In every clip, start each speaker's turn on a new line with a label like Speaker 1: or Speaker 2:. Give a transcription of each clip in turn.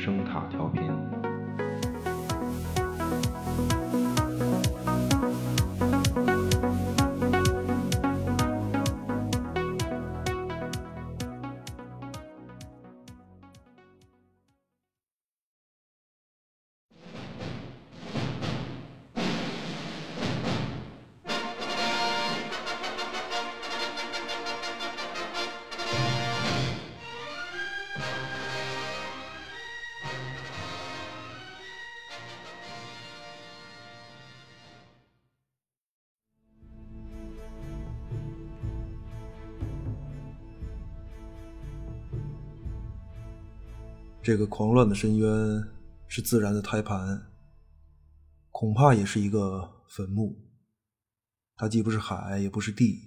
Speaker 1: 声塔调频。
Speaker 2: 这个狂乱的深渊是自然的胎盘，恐怕也是一个坟墓。它既不是海，也不是地，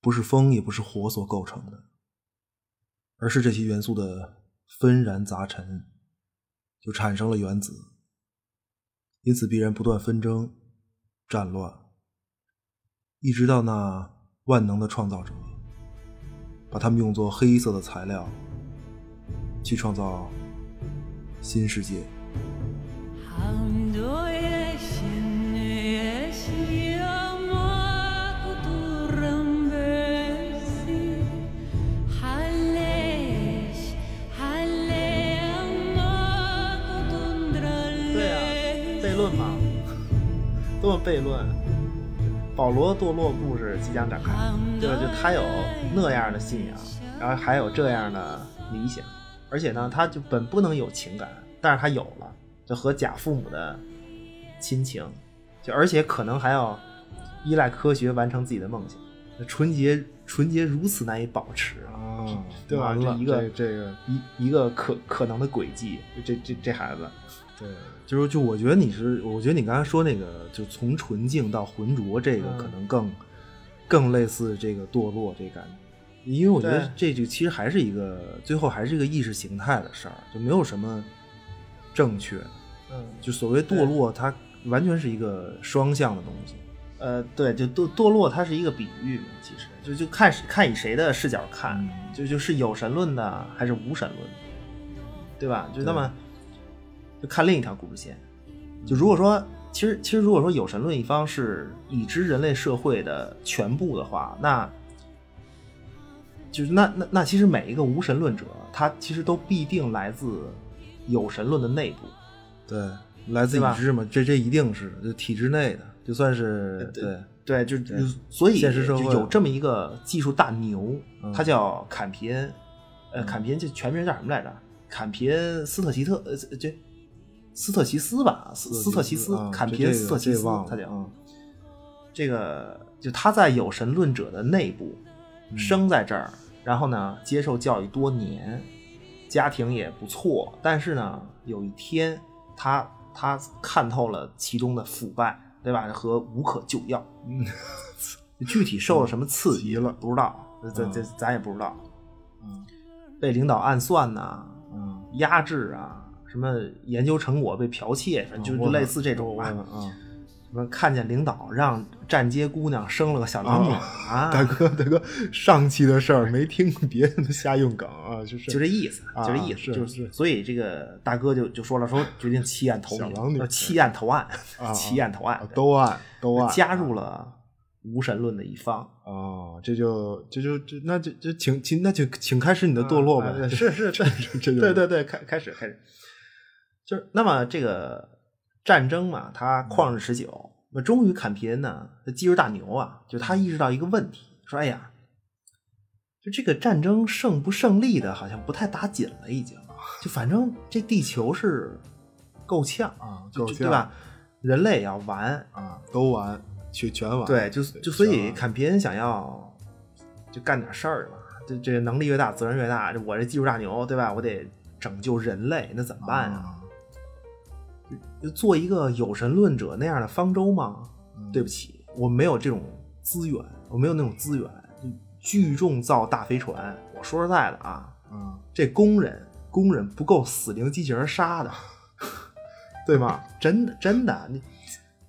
Speaker 2: 不是风，也不是火所构成的，而是这些元素的纷然杂陈，就产生了原子。因此必然不断纷争、战乱，一直到那万能的创造者把它们用作黑色的材料。去创造新世界。
Speaker 3: 对呀、悖论嘛，多么悖论！啊保罗堕落故事即将展开，就是就他有那样的信仰，然后还有这样的理想，而且呢，他就本不能有情感，但是他有了，就和假父母的亲情，就而且可能还要依赖科学完成自己的梦想。纯洁，纯洁如此难以保持啊！
Speaker 2: 啊，
Speaker 3: 对吧
Speaker 2: 完
Speaker 3: 这
Speaker 2: 了
Speaker 3: 一个
Speaker 2: 这个，
Speaker 3: 一一个可可能的轨迹，这这这孩子，
Speaker 2: 对，就是就我觉得你是，我觉得你刚才说那个，就从纯净到浑浊，这个
Speaker 3: 嗯
Speaker 2: 可能更、更类似这个堕落这感觉。因为我觉得
Speaker 3: 对
Speaker 2: 这就其实还是一个最后还是一个意识形态的事儿，就没有什么正确的。
Speaker 3: 嗯，
Speaker 2: 就所谓堕
Speaker 3: 对
Speaker 2: 落，它完全是一个双向的东西。
Speaker 3: 呃，对，就堕堕落，它是一个比喻嘛，其实就就看是看以谁的视角看，
Speaker 2: 嗯
Speaker 3: 就就是有神论的还是无神论的，对吧？就那么就看另一条故事线。就如果说，其实其实如果说有神论一方是已知人类社会的全部的话，那就是那那那其实每一个无神论者，他其实都必定来自有神论的内部。
Speaker 2: 对，来自
Speaker 3: 对
Speaker 2: 已
Speaker 3: 吧
Speaker 2: 知嘛，这这一定是就体制内的，就算是
Speaker 3: 对
Speaker 2: 对
Speaker 3: 对，就就所以
Speaker 2: 现实社
Speaker 3: 就
Speaker 2: 会
Speaker 3: 有这么一个技术大牛，
Speaker 2: 嗯
Speaker 3: 他叫坎皮恩，呃，坎皮恩这全名叫什么来着？坎皮恩斯特奇特，呃，这这斯特奇斯吧，斯斯特奇斯
Speaker 2: 啊，
Speaker 3: 坎
Speaker 2: 这
Speaker 3: 皮恩
Speaker 2: 这个
Speaker 3: 斯特奇
Speaker 2: 这
Speaker 3: 斯
Speaker 2: 忘，了
Speaker 3: 他叫
Speaker 2: 嗯
Speaker 3: 这个，就他在有神论者的内部
Speaker 2: 嗯
Speaker 3: 生在这儿，然后呢，接受教育多年，家庭也不错，但是呢，有一天他他看透了其中的腐败，对吧？和无可救药。
Speaker 2: 嗯，
Speaker 3: 具体受了什么刺激
Speaker 2: 急了
Speaker 3: 不知道，这
Speaker 2: 嗯
Speaker 3: 这咱也不知道。
Speaker 2: 嗯
Speaker 3: 被领导暗算呐、
Speaker 2: 嗯，
Speaker 3: 压制啊，什么研究成果被剽窃，反正就
Speaker 2: 啊
Speaker 3: 就类似这种吧。
Speaker 2: 啊，
Speaker 3: 什么看见领导让站街姑娘生了个小郎女
Speaker 2: 啊
Speaker 3: 啊，
Speaker 2: 大哥大哥，上期的事儿没听，别他妈瞎用梗啊，就是
Speaker 3: 就这意思，
Speaker 2: 啊
Speaker 3: 就这意思，
Speaker 2: 是
Speaker 3: 就是所以这个大哥就就说了，说决定弃暗投
Speaker 2: 小
Speaker 3: 明，
Speaker 2: 郎女
Speaker 3: 呃弃暗投暗
Speaker 2: 啊，
Speaker 3: 弃暗投暗
Speaker 2: 啊，都按都啊按
Speaker 3: 加入了无神论的一方。
Speaker 2: 啊，这就这就这那就就请请那就请开始你的堕落吧
Speaker 3: 啊，啊是是，
Speaker 2: 这这这就
Speaker 3: 对对对，开开始开始，就是那么这个战争嘛，它
Speaker 2: 嗯
Speaker 3: 旷日持久。那终于坎皮恩呢，这技术大牛啊，就
Speaker 2: 嗯
Speaker 3: 他意识到一个问题，说哎呀，就这个战争胜不胜利的，好像不太打紧了，已经。就反正这地球是够呛，
Speaker 2: 啊，
Speaker 3: 就
Speaker 2: 够
Speaker 3: 就
Speaker 2: 呛
Speaker 3: 对吧？人类也要完，
Speaker 2: 啊，都完全全完，
Speaker 3: 对，就就所以
Speaker 2: 全完
Speaker 3: 坎皮恩想要就干点事儿嘛，这这能力越大，责任越大。这我这技术大牛，对吧？我得拯救人类，那怎么办啊？
Speaker 2: 啊，
Speaker 3: 就做一个有神论者那样的方舟吗？
Speaker 2: 嗯
Speaker 3: 对不起，我没有这种资源，我没有那种资源。就聚众造大飞船，我说实在的啊，
Speaker 2: 嗯，
Speaker 3: 这工人工人不够死灵机器人杀的， 对吗？真的真的，你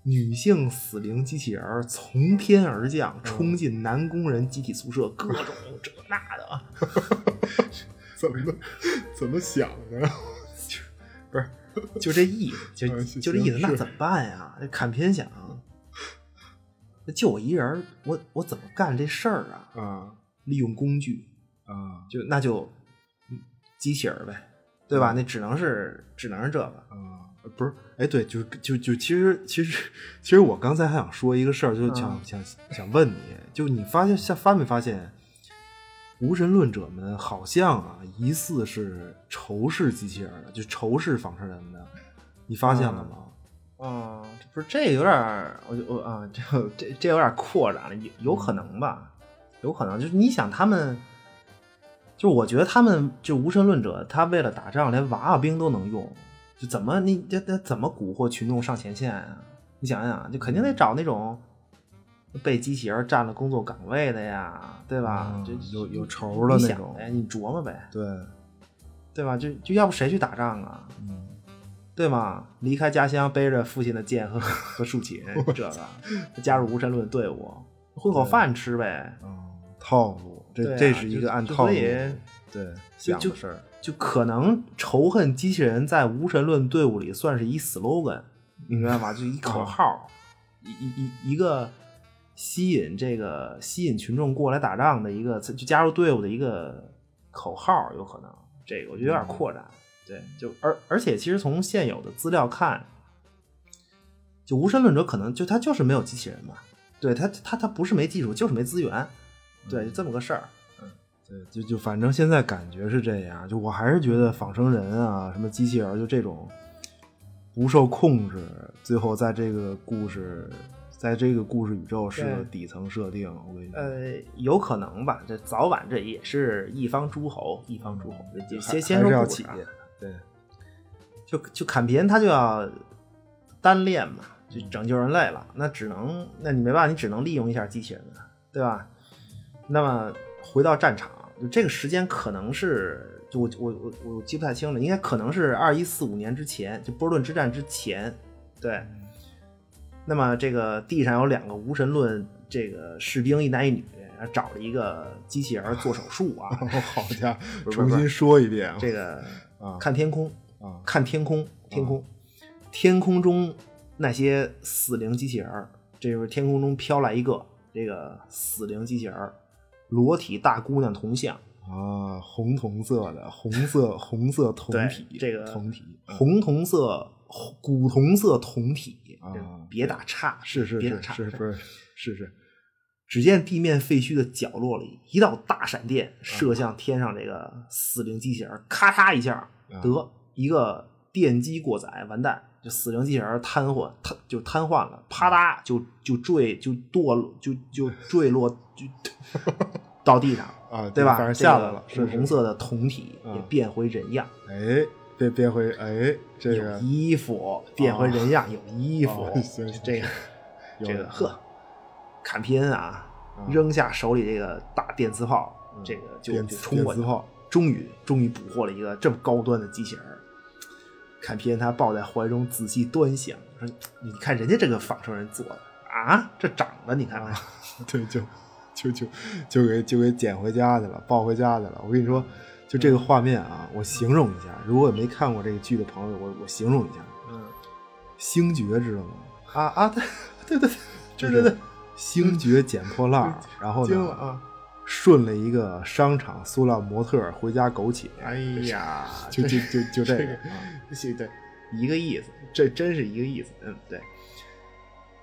Speaker 3: 女性死灵机器人儿从天而
Speaker 2: 嗯
Speaker 3: 降，冲进男工人集体宿舍，各种这那的，
Speaker 2: 怎么怎么想的？
Speaker 3: 不是，就这意思，就
Speaker 2: 哎
Speaker 3: 就这意思，
Speaker 2: 行
Speaker 3: 那
Speaker 2: 是
Speaker 3: 怎么办呀？这砍偏想，那就我一人儿，我我怎么干这事儿啊？
Speaker 2: 啊
Speaker 3: 利用工具，
Speaker 2: 啊
Speaker 3: 就那就嗯机器人儿呗，对吧？那只能是只能是这个，
Speaker 2: 啊！
Speaker 1: 嗯不是，哎，对，就是就就其实其实其实我刚才还想说一个事儿，就是想、
Speaker 3: 嗯
Speaker 1: 想想问你，就你发现像发没发现，无神论者们好像啊，疑似是仇视机器人儿的，就仇视仿生人的，你发现了吗？
Speaker 3: 嗯哦，这不是这有点儿，我就我啊，这这这有点儿扩展了，有有
Speaker 1: 嗯
Speaker 3: 可能吧？有可能就是你想他们，就我觉得他们就无神论者，他为了打仗连娃娃兵都能用，就怎么你这这怎么蛊惑群众上前线啊？你想想，就肯定得找那种被机器人占了工作岗位的呀，对吧？
Speaker 1: 嗯
Speaker 3: 这
Speaker 1: 有有仇了
Speaker 3: 你
Speaker 1: 那
Speaker 3: 想
Speaker 1: 种
Speaker 3: 呗，你琢磨呗，
Speaker 1: 对，
Speaker 3: 对吧？就就要不谁去打仗啊？
Speaker 1: 嗯，
Speaker 3: 对吗？离开家乡，背着父亲的剑和和竖 琴，这个加入无神论队伍，混口饭吃呗。
Speaker 2: 啊
Speaker 1: 哦，套路，这、
Speaker 3: 对啊
Speaker 1: 这是一个按
Speaker 3: 就
Speaker 1: 套路，
Speaker 3: 所以
Speaker 1: 对，
Speaker 3: 就
Speaker 1: 想
Speaker 3: 就
Speaker 1: 的事儿，
Speaker 3: 就可能仇恨机器人在无神论队伍里算是一 slogan，你明白吗？就一口
Speaker 1: 嗯
Speaker 3: 号，一一一一个吸引这个吸引群众过来打仗的一个就加入队伍的一个口号，有可能这个我觉得有
Speaker 1: 嗯
Speaker 3: 点扩展。对，就而而且其实从现有的资料看，就无神论者可能就他就是没有机器人嘛，对他他他不是没技术，就是没资源，对，就这么个事儿。
Speaker 1: 对，就就反正现在感觉是这样，就我还是觉得仿生人啊，什么机器人儿，就这种不受控制，最后在这个故事，在这个故事宇宙是个
Speaker 3: 对
Speaker 1: 底层设定。我跟你说，
Speaker 3: 呃，有可能吧，这早晚这也是一方诸侯，一方诸侯。这
Speaker 1: 还
Speaker 3: 先先
Speaker 1: 还
Speaker 3: 说
Speaker 1: 是要
Speaker 3: 故
Speaker 1: 起
Speaker 3: 事啊，
Speaker 1: 对，
Speaker 3: 就就坎皮恩他就要单恋嘛，就拯救人类了，那只能，那你没办法，你只能利用一下机器人了，对吧？那么回到战场，就这个时间可能是，就我我我我记不太清了，应该可能是二一四五年之前，就波士顿之战之前，对。那么这个地上有两个无神论这个士兵，一男一女，然后找了一个机器人儿做手 术啊，
Speaker 1: 哦
Speaker 2: 好家伙，
Speaker 3: 不是
Speaker 2: 重新说一遍啊
Speaker 3: 这个
Speaker 2: 啊
Speaker 3: 看天空，
Speaker 2: 啊
Speaker 3: 看天空，天
Speaker 1: 啊
Speaker 3: 空，天空中那些死灵机器人儿，这就是天空中飘来一个这个死灵机器人儿，裸体大姑娘铜像，
Speaker 1: 啊，红铜色的，红色红色
Speaker 3: 对
Speaker 1: 铜体，
Speaker 3: 这个
Speaker 1: 铜体，嗯
Speaker 3: 红铜色红古铜色铜体
Speaker 2: 啊
Speaker 3: 别打岔，
Speaker 1: 是是
Speaker 3: 别打
Speaker 1: 是
Speaker 3: 岔，
Speaker 1: 是不是是是
Speaker 3: 只见地面废墟的角落里，一道大闪电
Speaker 2: 啊
Speaker 3: 射向天上这个死灵机器人，咔嚓一下，
Speaker 2: 啊
Speaker 1: 啊
Speaker 3: 得一个电击过载，完蛋，就死灵机器人瘫痪，瘫就瘫痪了，啪嗒就就坠就堕落就就坠落 就到地上，
Speaker 2: 啊，
Speaker 3: 对吧？
Speaker 2: 反正下来
Speaker 3: 这个
Speaker 2: 了，是
Speaker 3: 红，色的铜体
Speaker 2: 嗯
Speaker 3: 也变回人样，
Speaker 2: 是哎，别别回，哎，这
Speaker 3: 有
Speaker 2: 个
Speaker 3: 衣服变回人样，有衣服
Speaker 2: 哦行，行
Speaker 3: 这个
Speaker 2: 有嗯
Speaker 3: 这个
Speaker 2: 了
Speaker 3: 呵，坎皮恩啊
Speaker 2: 啊，
Speaker 3: 扔下手里这个大电磁炮，
Speaker 2: 嗯
Speaker 3: 这个就
Speaker 2: 电
Speaker 3: 就
Speaker 2: 磁
Speaker 3: 冲过去
Speaker 2: 电磁炮，
Speaker 3: 终于终于捕获了一个这么高端的机器人儿。坎皮恩他抱在怀中，仔细端详，说：“你看人家这个仿生人做的啊，这长得你看啊看，
Speaker 2: 对，就就就就给就给捡回家去了，抱回家去了。我跟你说，就这个画面啊，我形容一下，如果没看过这个剧的朋友，我我形容一下，
Speaker 3: 嗯
Speaker 2: 星爵知道吗？
Speaker 3: 啊啊，对对对，
Speaker 2: 就
Speaker 3: 对
Speaker 2: 是
Speaker 3: 对对，
Speaker 2: 星爵捡破烂儿，然后
Speaker 3: 嗯惊了
Speaker 2: 呢，
Speaker 3: 啊！
Speaker 2: 顺了一个商场塑料模特儿回家苟且，
Speaker 3: 哎呀，
Speaker 2: 就就就就这
Speaker 3: 这
Speaker 2: 个
Speaker 3: 个
Speaker 2: 啊
Speaker 3: 是对，一个意思，这真是一个意思。嗯，对。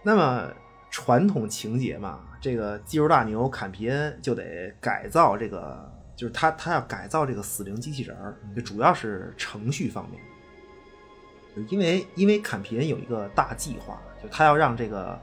Speaker 3: 那么传统情节嘛，这个技术大牛坎皮恩就得改造这个，就是他他要改造这个死灵机器人儿，
Speaker 2: 嗯
Speaker 3: 就主要是程序方面。因为因为坎皮恩有一个大计划，就他要让这个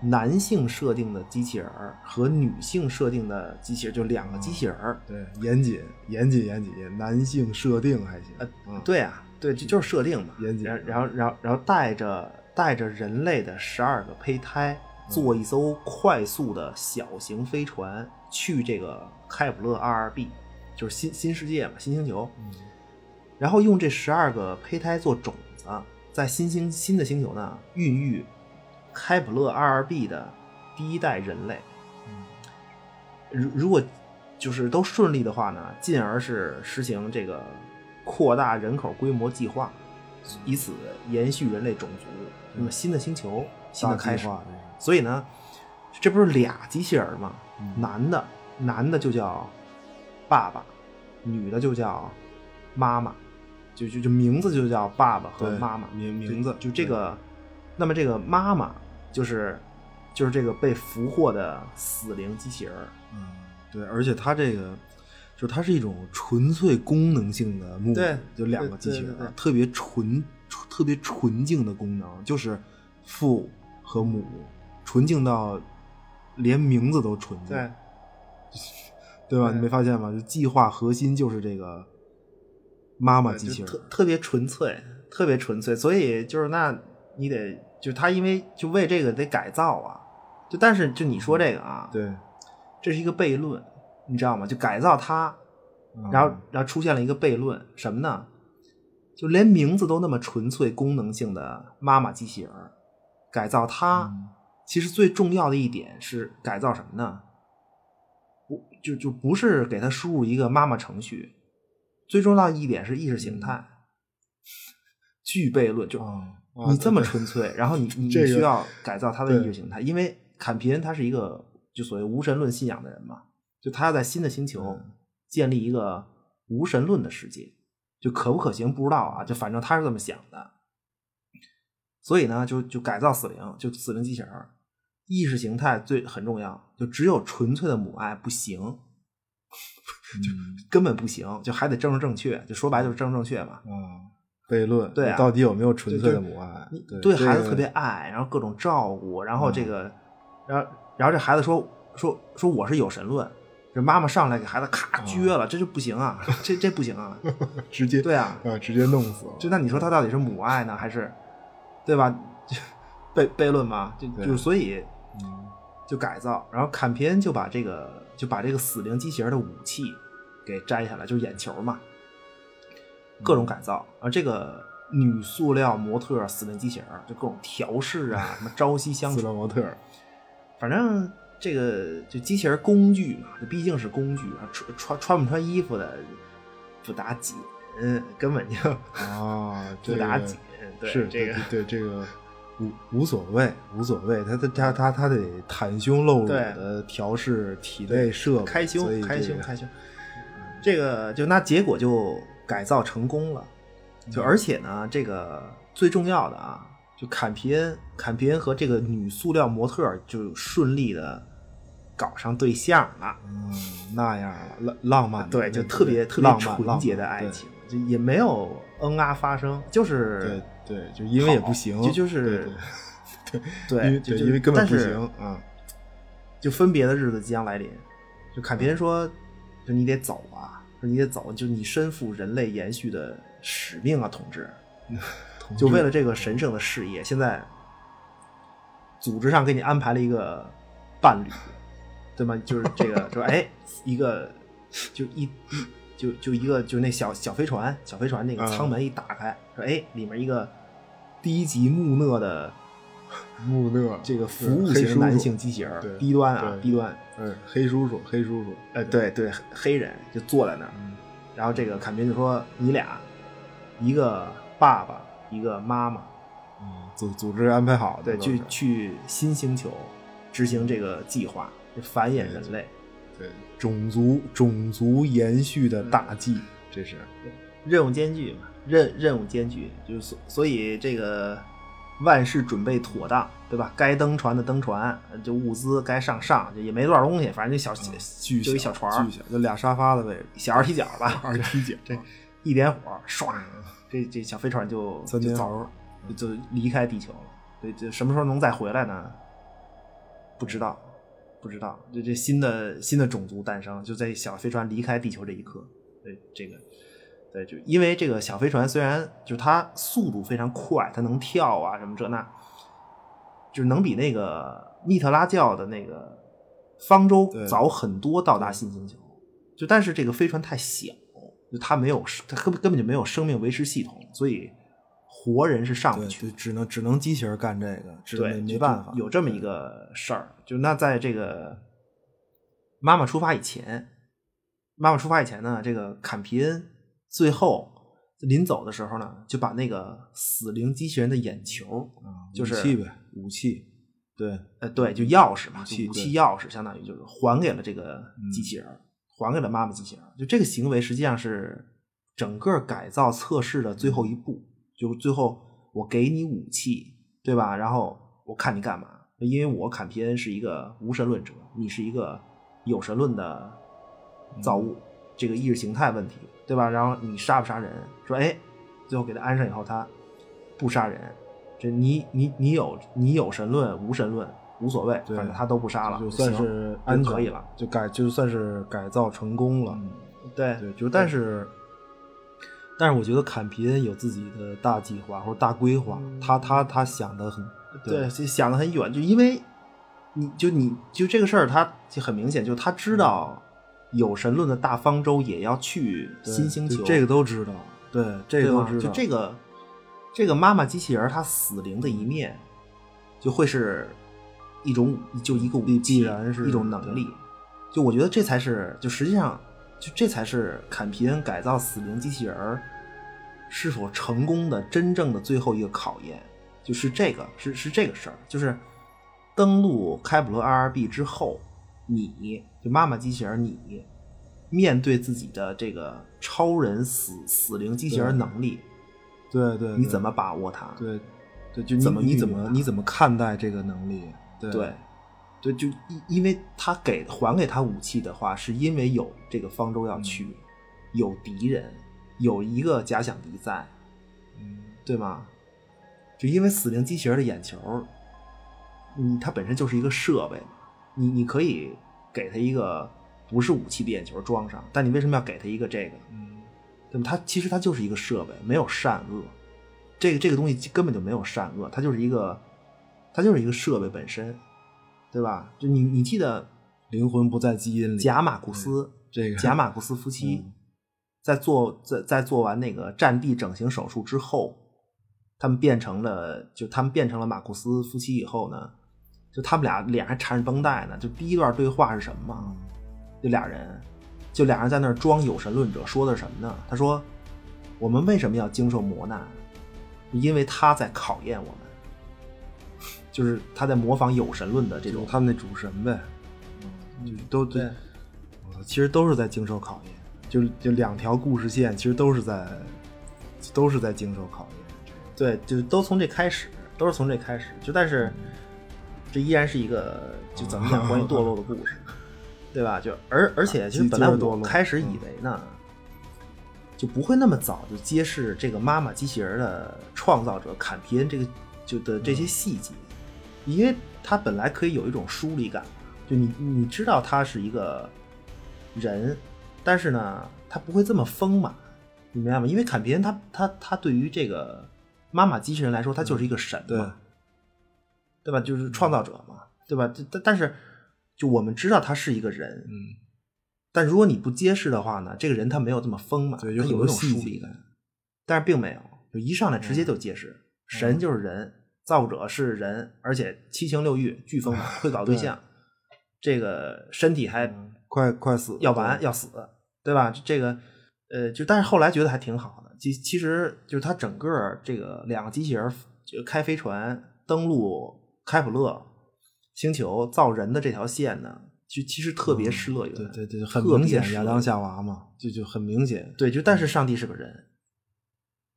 Speaker 3: 男性设定的机器人儿和女性设定的机器人，就两个机器人儿，
Speaker 1: 对，严谨严谨严谨，男性设定还行，嗯，
Speaker 3: 对啊，对，这就是设定嘛。
Speaker 1: 严谨
Speaker 3: 然然后，然后，然后带着带着人类的十二个胚胎，坐一艘快速的小型飞船去这个开普勒 2RB，就是新新世界嘛，新星球。然后用这十二个胚胎做种子，在新星新的星球呢孕育开普勒 2RB 的第一代人类。如如果就是都顺利的话呢，进而是实行这个扩大人口规模计划，以此延续人类种族，那么新的星球，新的开始
Speaker 2: 大计。划
Speaker 3: 所以呢，这不是俩机器人儿吗？
Speaker 2: 嗯
Speaker 3: 男的，男的就叫爸爸，女的就叫妈妈，就就就名字就叫爸爸和
Speaker 2: 对
Speaker 3: 妈妈，
Speaker 2: 名
Speaker 3: 就
Speaker 2: 名字
Speaker 3: 就这个。那么这个妈妈就是就是这个被俘获的死灵机器人儿，
Speaker 2: 嗯，对，而且它这个就是它是一种纯粹功能性的目
Speaker 3: 对
Speaker 2: 的，就两个机器人
Speaker 3: 对对对
Speaker 2: 儿，特别纯纯特别纯净的功能，就是父和母，纯净到连名字都纯净，
Speaker 3: 对
Speaker 2: 对吧？
Speaker 3: 对
Speaker 2: 你没发现吗？就计划核心就是这个妈妈
Speaker 3: 对
Speaker 2: 机
Speaker 3: 就
Speaker 2: 器人
Speaker 3: 特
Speaker 2: 儿，
Speaker 3: 特别纯粹，特别纯粹。所以就是那你得就是他，因为就为这个得改造啊。就但是就你说这个啊，
Speaker 2: 对，
Speaker 3: 这是一个悖论，你知道吗？就改造它，
Speaker 2: 嗯
Speaker 3: 然后然后出现了一个悖论，什么呢？就连名字都那么纯粹功能性的妈妈机器人儿，改造它，
Speaker 2: 嗯
Speaker 3: 其实最重要的一点是改造什么呢？不就就不是给它输入一个妈妈程序，最重要的一点是意识形态。
Speaker 2: 嗯
Speaker 3: 具悖论就
Speaker 2: 啊，
Speaker 3: 你这么纯粹，然 后你你你
Speaker 2: 这个
Speaker 3: 需要改造他的
Speaker 2: 对
Speaker 3: 意识形态，因为坎皮恩他是一个就所谓无神论信仰的人嘛，就他要在新的星球
Speaker 2: 嗯
Speaker 3: 建立一个无神论的世界，就可不可行不知道啊，就反正他是这么想的。所以呢，就就改造死灵，就死灵机器人儿，意识形态最很重要，就只有纯粹的母爱不行，根本不行，就还得政治正确，就说白了就是政治正确嘛。
Speaker 2: 啊，悖论，
Speaker 3: 对啊
Speaker 2: 你到底有没有纯粹的
Speaker 3: 就就
Speaker 2: 母爱
Speaker 3: 你？
Speaker 2: 对
Speaker 3: 对孩
Speaker 2: 这
Speaker 3: 子
Speaker 2: 个嗯
Speaker 3: 特别爱，然后各种照顾，然后这个，然后然后这孩子说说说我是有神论，这妈妈上来给孩子
Speaker 2: 哦
Speaker 3: 咔撅了，这就不行啊，这这不行啊，
Speaker 2: 直接
Speaker 3: 对 啊，
Speaker 2: 啊，直接弄死了，嗯
Speaker 3: 就那你说他到底是母爱呢，还是对吧？ 就悖悖论嘛，就
Speaker 2: 对
Speaker 3: 就所以
Speaker 2: 嗯
Speaker 3: 就改造，然后坎皮恩就把这个就把这个死灵机器人的武器给摘下来，就是眼球嘛，
Speaker 2: 嗯
Speaker 3: 各种改造。而这个女塑料模特死灵机器人就各种调试啊，什么朝夕相
Speaker 2: 斯
Speaker 3: 处
Speaker 2: 拉，模特儿，
Speaker 3: 反正这个就机器人工具嘛，这毕竟是工具啊，穿穿穿不穿衣服的不打紧，根本就
Speaker 2: 啊，
Speaker 3: 不
Speaker 2: 这
Speaker 3: 打
Speaker 2: 个
Speaker 3: 紧。对
Speaker 2: 是
Speaker 3: 这个，
Speaker 2: 对对这个无无所谓，无所谓，他他他他他得袒胸露乳
Speaker 3: 对
Speaker 2: 的调试体内设备，
Speaker 3: 开
Speaker 2: 所以
Speaker 3: 胸，
Speaker 2: 这
Speaker 3: 开胸，
Speaker 2: 个
Speaker 3: 开胸。这个就那结果就改造成功了，
Speaker 2: 嗯
Speaker 3: 就而且呢，这个最重要的啊，就坎皮恩，坎皮恩和这个女塑料模特儿就顺利的搞上对象了，
Speaker 2: 嗯那样了浪浪漫的，
Speaker 3: 对，就
Speaker 2: 那
Speaker 3: 特别
Speaker 2: 个
Speaker 3: 特别
Speaker 2: 浪漫
Speaker 3: 纯洁的
Speaker 2: 浪漫
Speaker 3: 爱
Speaker 2: 对
Speaker 3: 情，就也没有嗯啊发生，就是
Speaker 2: 对对，就因为也
Speaker 3: 好
Speaker 2: 不行，
Speaker 3: 就就是
Speaker 2: 对
Speaker 3: 对
Speaker 2: 因为
Speaker 3: 就
Speaker 2: 对
Speaker 3: 就
Speaker 2: 因为根本不
Speaker 3: 但是
Speaker 2: 行啊，
Speaker 3: 就分别的日子即将来临。就坎皮恩说，就你得走啊，说你得走，就你身负人类延续的使命啊，同志。
Speaker 2: 同
Speaker 3: 就
Speaker 2: 志
Speaker 3: 为了这个神圣的事业，现在组织上给你安排了一个伴侣，对吗？就是这 个，说哎，一个就一一就就一个就是那小小飞船，小飞船那个
Speaker 2: 嗯
Speaker 3: 舱门一打开，说哎，里面一个低级木讷的
Speaker 2: 穆勒
Speaker 3: 这个服
Speaker 2: 对
Speaker 3: 务
Speaker 2: 嗯黑叔
Speaker 3: 型男
Speaker 2: 叔
Speaker 3: 性机器人儿
Speaker 2: 对，
Speaker 3: 低端啊，
Speaker 2: 对
Speaker 3: 低端，
Speaker 2: 嗯，黑叔叔，黑叔叔，
Speaker 3: 呃，对对，黑黑人就坐在那儿，
Speaker 2: 嗯
Speaker 3: 然后这个坎宾就说你俩，一个爸爸，一个妈妈。
Speaker 2: 嗯，组组织安排好的
Speaker 3: 对，
Speaker 2: 都
Speaker 3: 去
Speaker 2: 是
Speaker 3: 去新星球执行这个计划，就繁衍人类。
Speaker 2: 对种族种族延续的大计，这是
Speaker 3: 任务艰巨嘛，任任务艰巨，就是所所以这个万事准备妥当，对吧？该登船的登船，呃就物资该上上，就也没多少东西，反正就小、
Speaker 2: 嗯巨
Speaker 3: 就一小船儿
Speaker 2: 巨小，就俩沙发的位置，
Speaker 3: 小二踢脚吧，
Speaker 2: 二踢脚，啊这
Speaker 3: 一点火，唰，这这小飞船就
Speaker 2: 三
Speaker 3: 就
Speaker 2: 年
Speaker 3: 走
Speaker 2: 猴，
Speaker 3: 就就离开地球了。对，这什么时候能再回来呢？不知道，不知道。这这新的新的种族诞生，就在小飞船离开地球这一刻。对，这个，对，就因为这个小飞船虽然就是它速度非常快，它能跳啊什么这那，就是能比那个密特拉教的那个方舟
Speaker 2: 对
Speaker 3: 早很多到达新星球。就但是这个飞船太小，就它没有，它根本根本就没有生命维持系统，所以活人是上不
Speaker 2: 对，
Speaker 3: 去的。
Speaker 2: 就只能只能机器人干这个，只
Speaker 3: 对，
Speaker 2: 没
Speaker 3: 就
Speaker 2: 没
Speaker 3: 就
Speaker 2: 办法，
Speaker 3: 有这么一个事儿。就那在这个妈妈出发以前，妈妈出发以前呢，这个坎皮恩最后临走的时候呢，就把那个死灵机器人的眼球，
Speaker 1: 啊，
Speaker 3: 就是
Speaker 1: 武器呗，武器，对，
Speaker 3: 呃，对，就钥匙嘛，
Speaker 1: 武
Speaker 3: 就
Speaker 1: 器
Speaker 3: 武
Speaker 1: 对
Speaker 3: 器钥匙，相当于就是还给了这个机器人儿，还给了妈妈机器人儿。就这个行为实际上是整个改造测试的最后一步，就最后我给你武器，对吧？然后我看你干嘛？因为我坎皮恩是一个无神论者，你是一个有神论的造物，这个意识形态问题，对吧？然后你杀不杀人？说哎，最后给他安上以后，他不杀人，这你你你有你有神论无神论无所谓，
Speaker 1: 对
Speaker 3: 反正他都不杀了，
Speaker 1: 就算
Speaker 3: 行
Speaker 1: 是安
Speaker 3: 就
Speaker 1: 全
Speaker 3: 可以了。
Speaker 1: 就改就算是改造成功了。
Speaker 3: 嗯对
Speaker 1: 对，就是但是，但是我觉得坎皮恩有自己的大计划或者大规划，
Speaker 3: 嗯
Speaker 1: 他他他想的很
Speaker 3: 对，就想的很远，就因为你就你就这个事儿，他就很明显，就他知道有神论的大方舟也要去
Speaker 1: 嗯对
Speaker 3: 新星
Speaker 1: 就
Speaker 3: 球，
Speaker 1: 这个都知道，对，这个
Speaker 3: 对
Speaker 1: 都
Speaker 3: 吧
Speaker 1: 知？道，
Speaker 3: 就这个这个妈妈机器人儿它死灵的一面，就会是一种就一个武
Speaker 1: 必
Speaker 3: 器，
Speaker 1: 然是
Speaker 3: 一种能力。就我觉得这才是，就实际上就这才是坎皮恩改造死灵机器人儿是否成功的真正的最后一个考验，就是这个是是这个事儿，就是登陆开普勒 RRB 之后，你就妈妈机器人儿你。面对自己的这个超人死死灵机器人
Speaker 1: 对
Speaker 3: 能力，
Speaker 1: 对对，
Speaker 3: 你
Speaker 1: 对
Speaker 3: 怎么把握它？
Speaker 1: 对对就你
Speaker 3: 怎么
Speaker 1: 你
Speaker 3: 运
Speaker 1: 怎
Speaker 3: 用
Speaker 1: 么
Speaker 3: 它
Speaker 1: 你怎么看待这个能力？对
Speaker 3: 对，对，就因因为他给还给他武器的话，是因为有这个方舟
Speaker 1: 嗯
Speaker 3: 要去，有敌人，有一个假想敌在，
Speaker 1: 嗯
Speaker 3: 对吗？就因为死灵机器人的眼球，你它本身就是一个设备，你你可以给它一个不是武器的眼球装上，但你为什么要给它一个这个？
Speaker 1: 嗯
Speaker 3: 对吗？它其实它就是一个设备，没有善恶。这个这个东西根本就没有善恶，它就是一个，它就是一个设备本身，对吧？就你你记得
Speaker 1: 灵魂不在基因里，
Speaker 3: 贾马库斯、
Speaker 1: 这个
Speaker 3: 贾马库斯夫妻
Speaker 1: 嗯
Speaker 3: 在做在在做完那个战地整形手术之后，他们变成了就他们变成了马库斯夫妻以后呢，就他们俩脸还缠着绷带呢。就第一段对话是什么嘛？就俩人，就俩人在那儿装有神论者，说的是什么呢？他说：“我们为什么要经受磨难？因为他在考验我们， 就是他在模仿有神论的这
Speaker 1: 就
Speaker 3: 种
Speaker 1: 是他们那主神呗，嗯就都对，我操其实都是在经受考验，就就两条故事线其实都是在都是在经受考验。
Speaker 3: 对，就都从这开始，都是从这开始。就但是，
Speaker 1: 嗯
Speaker 3: 这依然是一个就怎么讲关于堕落的故 事，对吧？就而而且其实
Speaker 1: 接
Speaker 3: 本来
Speaker 1: 接着堕
Speaker 3: 我
Speaker 1: 落嗯
Speaker 3: 开始以为呢，就不会那么早就揭示这个妈妈机器人的创造者坎皮恩这个就的
Speaker 1: 嗯
Speaker 3: 这些细节，因为他本来可以有一种疏离感，就你你知道他是一个人，但是呢，他不会这么丰满，你明白吗？因为坎皮恩他他他对于这个妈妈机器人来说，他就是一个神嘛，
Speaker 1: 对
Speaker 3: 对吧？就是创造者嘛，对吧？这但但是就我们知道他是一个人，
Speaker 1: 嗯，
Speaker 3: 但如果你不揭示的话呢，这个人他没有这么丰满，
Speaker 1: 对有
Speaker 3: 他
Speaker 1: 很
Speaker 3: 有
Speaker 1: 多
Speaker 3: 一种
Speaker 1: 细
Speaker 3: 疏
Speaker 1: 节嗯
Speaker 3: 离感，但是并没有，就一上来直接就揭示，神就是人，造物者是人，而且七情六欲巨丰满，会搞对象，这个身体还
Speaker 1: 快快死了，
Speaker 3: 嗯要
Speaker 1: 嗯
Speaker 3: 完
Speaker 1: 对
Speaker 3: 要死，对吧？这这个呃，就但是后来觉得还挺好的。其其实就是它整个这个两个机器人儿就开飞船登陆开普勒星球造人的这条线呢，就其实特别失乐园，
Speaker 1: 嗯对对对，很
Speaker 3: 特别
Speaker 1: 明显
Speaker 3: 失
Speaker 1: 亚
Speaker 3: 乐
Speaker 1: 当
Speaker 3: 园
Speaker 1: 夏娃嗯嘛，就就很明显，
Speaker 3: 对，就但是上帝是个人，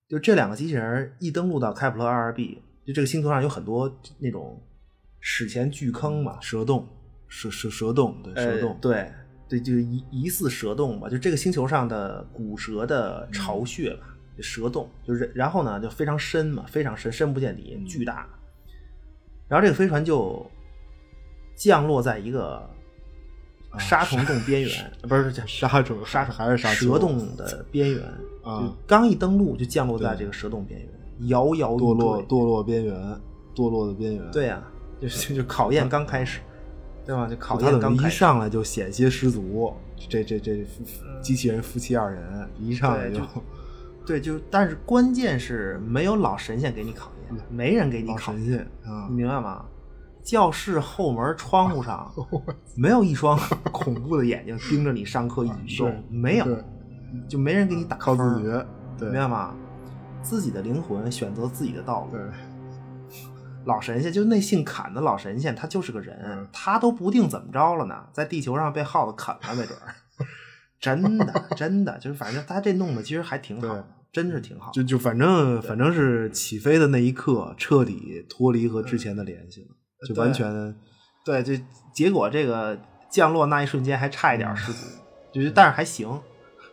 Speaker 3: 就这两个机器人儿一登陆到开普勒 2RB，就这个星球上有很多那种史前巨坑嘛，
Speaker 1: 嗯蛇洞，蛇蛇蛇洞，对蛇洞
Speaker 3: 呃，，对对，就疑疑似蛇洞吧，就这个星球上的古蛇的巢穴吧，就蛇洞，就是然后呢就非常深嘛，非常深，深不见底，巨大。
Speaker 1: 嗯
Speaker 3: 然后这个飞船就降落在一个沙虫洞边缘，不是这
Speaker 1: 啊沙 虫
Speaker 3: 沙
Speaker 1: 还是沙
Speaker 3: 蛇
Speaker 1: 丘
Speaker 3: 洞的边缘
Speaker 1: 啊
Speaker 3: 就刚一登陆就降落在这个蛇洞边缘，摇摇欲
Speaker 1: 堕落
Speaker 3: 坠
Speaker 1: 堕落边缘，堕落的边缘，
Speaker 3: 对呀、就是 就考验刚开始，对吧？就考
Speaker 1: 他
Speaker 3: 验
Speaker 1: 等
Speaker 3: 刚
Speaker 1: 于
Speaker 3: 开
Speaker 1: 一
Speaker 3: 始。
Speaker 1: 上来就险些失足，这这这夫机器人夫妻二人一上来
Speaker 3: 嗯对
Speaker 1: 就
Speaker 3: 就对，就但是关键是没有老神仙给你考验，没人给你
Speaker 1: 嗯老
Speaker 3: 考
Speaker 1: 神
Speaker 3: 验，
Speaker 1: 仙啊
Speaker 3: 你，明白吗？教室后门窗户 上没有一双 恐怖的眼睛盯着你上课一举一动
Speaker 1: 是，
Speaker 3: 没有
Speaker 1: 啊对，嗯
Speaker 3: 就没人给你打
Speaker 1: 靠
Speaker 3: 分
Speaker 1: 自
Speaker 3: 儿
Speaker 1: 觉，
Speaker 2: 对
Speaker 3: 明白吗？自己的灵魂选择自己的道路
Speaker 2: 对。，
Speaker 3: 老神仙就是那姓砍的老神仙，他就是个人，
Speaker 2: 嗯
Speaker 3: 他都不定怎么着了呢，在地球上被耗子啃了，没 准儿。真的，真的，就是反正他这弄的其实还挺好
Speaker 2: 对
Speaker 3: 的，真是挺好。
Speaker 2: 就就反正反正是起飞的那一刻，彻底脱离和之前的联系了，就完全
Speaker 3: 对，就结果这个降落那一瞬间还差一点失足，就是但是还行，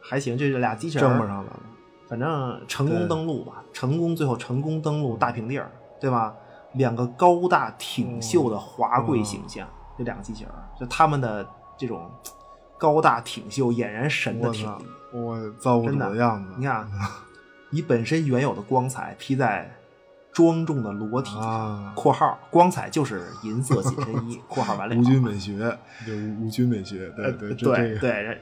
Speaker 3: 还行，就是俩机器
Speaker 2: 嗯
Speaker 3: 人
Speaker 2: 正
Speaker 3: 儿
Speaker 2: 不上了。
Speaker 3: 反正成功
Speaker 2: 对
Speaker 3: 登陆吧，成功最后成功登陆大平地儿，对吧？两个高大
Speaker 2: 嗯
Speaker 3: 挺秀的华贵形象，这两个机器人儿，就他们的这种高大挺秀、俨然神的
Speaker 2: 我
Speaker 3: 挺
Speaker 2: 操
Speaker 3: 立。，
Speaker 2: 我造物主的样子，
Speaker 3: 你看，啊以本身原有的光彩披在庄重的裸体上。
Speaker 2: 啊，
Speaker 3: 括号光彩就是银色紧身衣。括号完了以
Speaker 2: 无
Speaker 3: 后。
Speaker 2: 菌美 学，就无无菌美学，对
Speaker 3: 呃
Speaker 2: 对这这
Speaker 3: 对
Speaker 2: 个
Speaker 3: 对，然然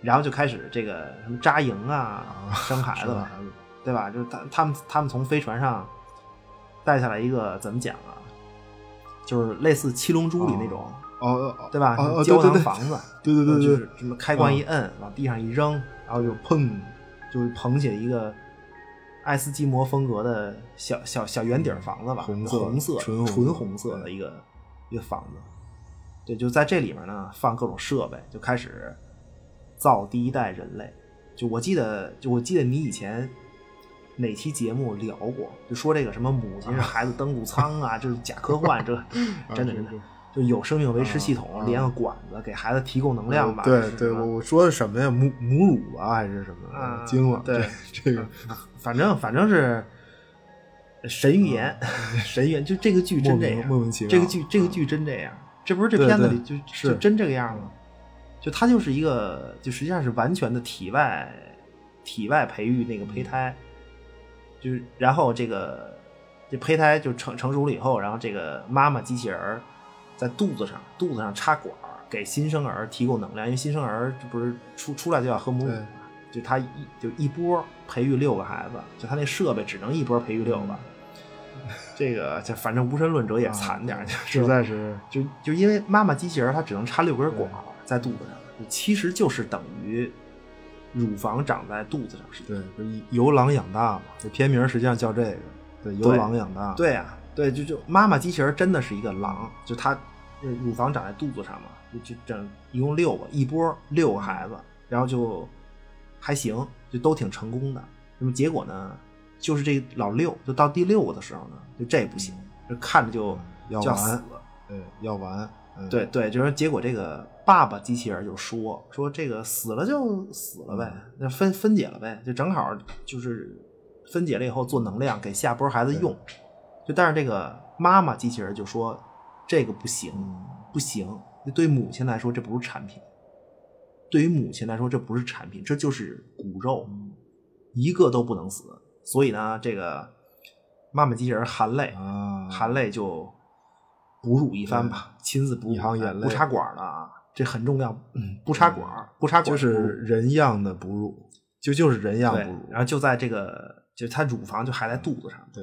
Speaker 3: 然后就开始这个什么扎营啊，生孩子
Speaker 2: 生
Speaker 3: 了，
Speaker 2: 孩子，
Speaker 3: 对吧？就是他他们他们从飞船上带下来一个怎么讲啊，就是类似《七龙珠》里那种，
Speaker 2: 哦哦哦，
Speaker 3: 对吧？
Speaker 2: 哦哦，对
Speaker 3: 胶
Speaker 2: 对
Speaker 3: 囊
Speaker 2: 对，
Speaker 3: 房子，
Speaker 2: 对对对
Speaker 3: 就
Speaker 2: 对嗯
Speaker 3: 是什么开关一摁，往地上一扔，然后就砰，就捧起了一个爱斯基摩风格的小小小圆顶房子吧，
Speaker 2: 嗯红
Speaker 3: 红
Speaker 2: 色
Speaker 3: 色
Speaker 2: 纯红
Speaker 3: 纯红色的一个一个房子。对，就在这里面呢，放各种设备，就开始造第一代人类。就我记得，就我记得你以前哪期节目聊过，就说这个什么母
Speaker 2: 啊
Speaker 3: 亲是孩子登陆舱啊，就是假科 幻，这真的真的
Speaker 2: 对对，
Speaker 3: 就有生命维持系
Speaker 2: 啊
Speaker 3: 统
Speaker 2: 啊，
Speaker 3: 连个管子给孩子提供能量吧。
Speaker 2: 对
Speaker 3: 是
Speaker 2: 对，
Speaker 3: 吧
Speaker 2: 我我说的什么呀？母母乳吧，还是什么？
Speaker 3: 啊
Speaker 2: 惊了，
Speaker 3: 对嗯
Speaker 2: 这这个
Speaker 3: 反正反正是神预言，
Speaker 2: 嗯
Speaker 3: 神预言就这个剧
Speaker 2: 莫
Speaker 3: 真这
Speaker 2: 名莫
Speaker 3: 样，
Speaker 2: 名其妙，
Speaker 3: 这个剧这个剧真这样，这不是这
Speaker 2: 对
Speaker 3: 片子
Speaker 2: 啊对
Speaker 3: 里就是就真这个样吗？就它就是一个，就实际上是完全的体外体外培育那个胚胎，
Speaker 2: 嗯
Speaker 3: 就是然后这个这胚胎就成成熟了以后，然后这个妈妈机器人儿在肚子上肚子上插管儿，给新生儿提供能量，因为新生儿这不是出出来就要喝母乳
Speaker 2: 对
Speaker 3: 嘛，就他一就一波培育六个孩子，就他那设备只能一波培育六个。
Speaker 2: 嗯
Speaker 3: 这个就反正无神论者
Speaker 2: 啊
Speaker 3: 也惨点儿，就
Speaker 2: 实
Speaker 3: 是
Speaker 2: 在是
Speaker 3: 就就因为妈妈机器人儿它只能插六根管儿在肚子上，就其实就是等于乳房长在肚子上是一样的
Speaker 2: 对，不是由狼养大嘛，这片名实际上叫这个，对，由
Speaker 3: 对
Speaker 2: 狼养大，
Speaker 3: 对啊，对，就就妈妈机器人真的是一个狼，就它呃乳房长在肚子上嘛，就就整一共六个，一波六个孩子，然后就还行，就都挺成功的。那么结果呢，就是这老六，就到第六个的时候呢，就这不行，就看着就
Speaker 2: 嗯要
Speaker 3: 就要
Speaker 2: 完
Speaker 3: 死了。
Speaker 2: 对，要完，嗯
Speaker 3: 对对，就是结果这个爸爸机器人就说说这个死了就死了
Speaker 2: 嗯
Speaker 3: 呗，那分分解了呗，就正好就是分解了以后做能量给下波孩子用。就但是这个妈妈机器人就说这个不行，
Speaker 2: 嗯
Speaker 3: 不行，就对母亲来说这不是产品，对于母亲来说这不是产品，这就是骨肉，
Speaker 2: 嗯
Speaker 3: 一个都不能死。所以呢，这个妈妈机器人含泪
Speaker 2: 啊，
Speaker 3: 含泪就哺乳一番吧，亲自哺乳哎
Speaker 2: 一行眼泪
Speaker 3: 不插管儿的啊，这很重要，嗯，不插管儿，不插管
Speaker 2: 就
Speaker 3: 儿
Speaker 2: 是
Speaker 3: 哺乳
Speaker 2: 人样的哺乳，就就是人样
Speaker 3: 对
Speaker 2: 哺，乳，
Speaker 3: 然后就在这个，就它乳房就还在肚子上，
Speaker 2: 对，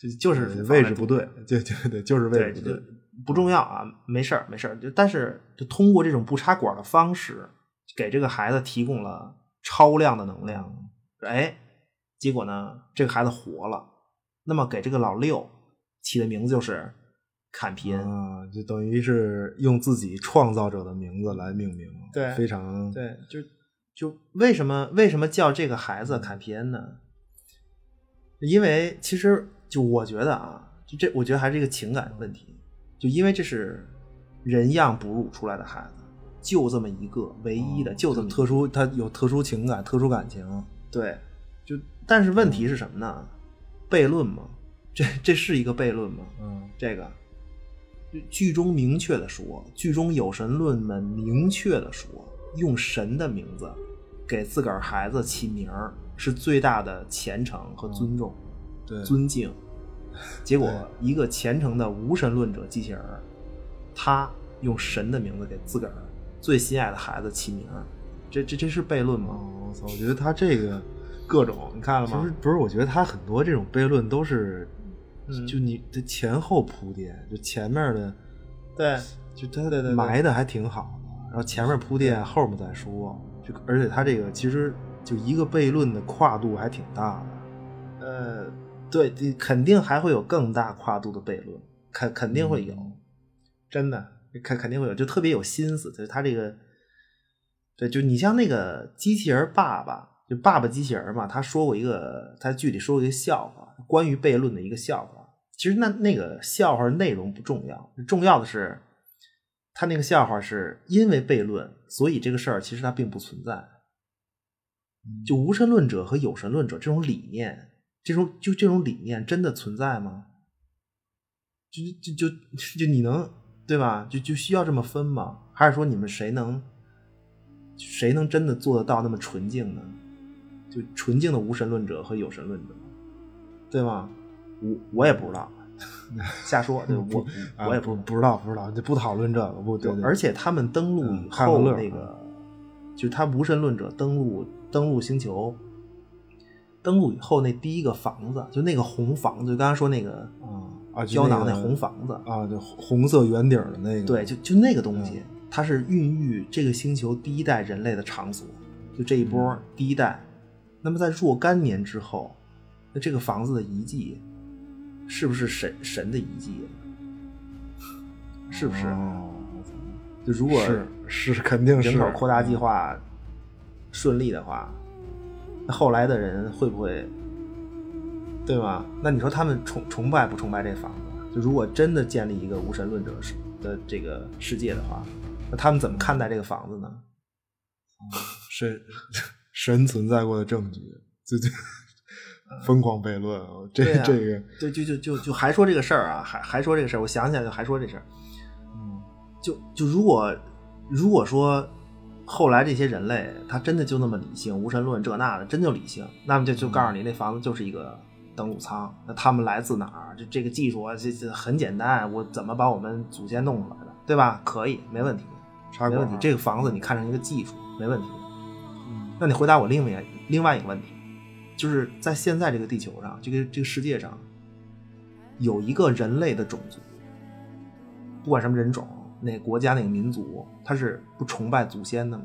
Speaker 3: 就就是乳
Speaker 2: 呃
Speaker 3: 房
Speaker 2: 位
Speaker 3: 在
Speaker 2: 置
Speaker 3: 肚
Speaker 2: 不
Speaker 3: 子
Speaker 2: 对，对对对，就是位
Speaker 3: 对，
Speaker 2: 置
Speaker 3: 就
Speaker 2: 不对
Speaker 3: 就，不重要啊，没事儿没事儿，就但是就通过这种不插管的方式，给这个孩子提供了超量的能量，哎，结果呢，这个孩子活了，那么给这个老六起的名字就是坎皮恩，
Speaker 2: 啊，就等于是用自己创造者的名字来命名，
Speaker 3: 对
Speaker 2: 非常
Speaker 3: 对，就就为什么为什么叫这个孩子坎皮恩呢？因为其实就我觉得啊，就这我觉得还是一个情感问题，就因为这是人样哺乳出来的孩子，就这么一个唯一的，就这么一个
Speaker 2: 特殊，哦他有特殊情感、特殊感情，
Speaker 3: 对，就但是问题是什么呢？悖论吗？这这是一个悖论吗？
Speaker 2: 嗯，
Speaker 3: 这个就剧中明确的说，剧中有神论们明确的说，用神的名字给自个儿孩子起名儿是最大的虔诚和尊重、
Speaker 2: 对，
Speaker 3: 尊敬。结果
Speaker 2: 对，
Speaker 3: 一个虔诚的无神论者机器人儿，他用神的名字给自个儿最心爱的孩子起名儿，这这这是悖论吗？
Speaker 2: 哦，我操，我觉得他这个
Speaker 3: 各种，你看了
Speaker 2: 其
Speaker 3: 吗
Speaker 2: 实？不是，我觉得他很多这种悖论都是，
Speaker 3: 嗯
Speaker 2: 就你的前后铺垫，就前面的，
Speaker 3: 对，
Speaker 2: 就他
Speaker 3: 对对
Speaker 2: 埋的还挺好的，然后前面铺垫，后面再说，就而且他这个其实就一个悖论的跨度还挺大
Speaker 3: 的。呃，对，你肯定还会有更大跨度的悖论，肯肯定会有，
Speaker 2: 嗯
Speaker 3: 真的肯肯定会有，就特别有心思，就是他这个，对，就你像那个机器人爸爸，就爸爸机器人嘛，他说过一个，他剧里说过一个笑话，关于悖论的一个笑话。其实那那个笑话内容不重要，重要的是他那个笑话是因为悖论，所以这个事儿其实它并不存在。就无神论者和有神论者这种理念，这种就这种理念真的存在吗？就就就就你能对吧？就就需要这么分吗？还是说你们谁能谁能真的做得到那么纯净呢？就纯净的无神论者和有神论者，对吗？我我也不知道， 瞎说，对我
Speaker 2: 啊，
Speaker 3: 我也
Speaker 2: 不
Speaker 3: 不
Speaker 2: 不知道，不知道，就不讨论这个，不对对。
Speaker 3: 嗯而且他们登陆以
Speaker 2: 嗯看个
Speaker 3: 后，
Speaker 2: 乐儿嗯
Speaker 3: 那个就是他无神论者登陆登陆星球，登陆以后那第一个房子，就那个红房子，就刚才说那个
Speaker 2: 啊，就
Speaker 3: 胶
Speaker 2: 那
Speaker 3: 囊那
Speaker 2: 个嗯
Speaker 3: 红房子，
Speaker 2: 啊，就红色圆顶儿的那个，
Speaker 3: 对，就就那个东
Speaker 2: 嗯
Speaker 3: 西，它是孕育这个星球第一代人类的场所，就这一波
Speaker 2: 嗯
Speaker 3: 第一代。那么在若干年之后，那这个房子的遗迹，是不是神神的遗迹？是不是？
Speaker 2: 哦
Speaker 3: 就如果
Speaker 2: 是是肯定是嗯
Speaker 3: 人口扩大计划顺利的话，那后来的人会不会，对吗？那你说他们崇崇拜不崇拜这房子？就如果真的建立一个无神论者世的这个世界的话，那他们怎么看待这个房子呢？
Speaker 2: 神神存在过的证据，就就疯狂悖论啊，这
Speaker 3: 嗯对啊
Speaker 2: 这个
Speaker 3: 对，就就就就还说这个事儿啊，还还说这个事儿，我想起来就还说这事儿。嗯就就如果如果说后来这些人类他真的就那么理性，无神论这那的，真就理性，那么就就告
Speaker 2: 嗯
Speaker 3: 诉你那房子就是一个登陆舱。那他们来自哪儿？这这个技术啊，这这很简单，我怎么把我们祖先弄出来的，对吧？可以，没问题，
Speaker 2: 插
Speaker 3: 没
Speaker 2: 管
Speaker 3: 问题。这个房子你看成一个技术，没问题。
Speaker 2: 嗯
Speaker 3: 那你回答我另外另外一个问题，就是在现在这个地球上，这个这个世界上，有一个人类的种族，不管什么人种，哪个国家哪个民族，他是不崇拜祖先的吗？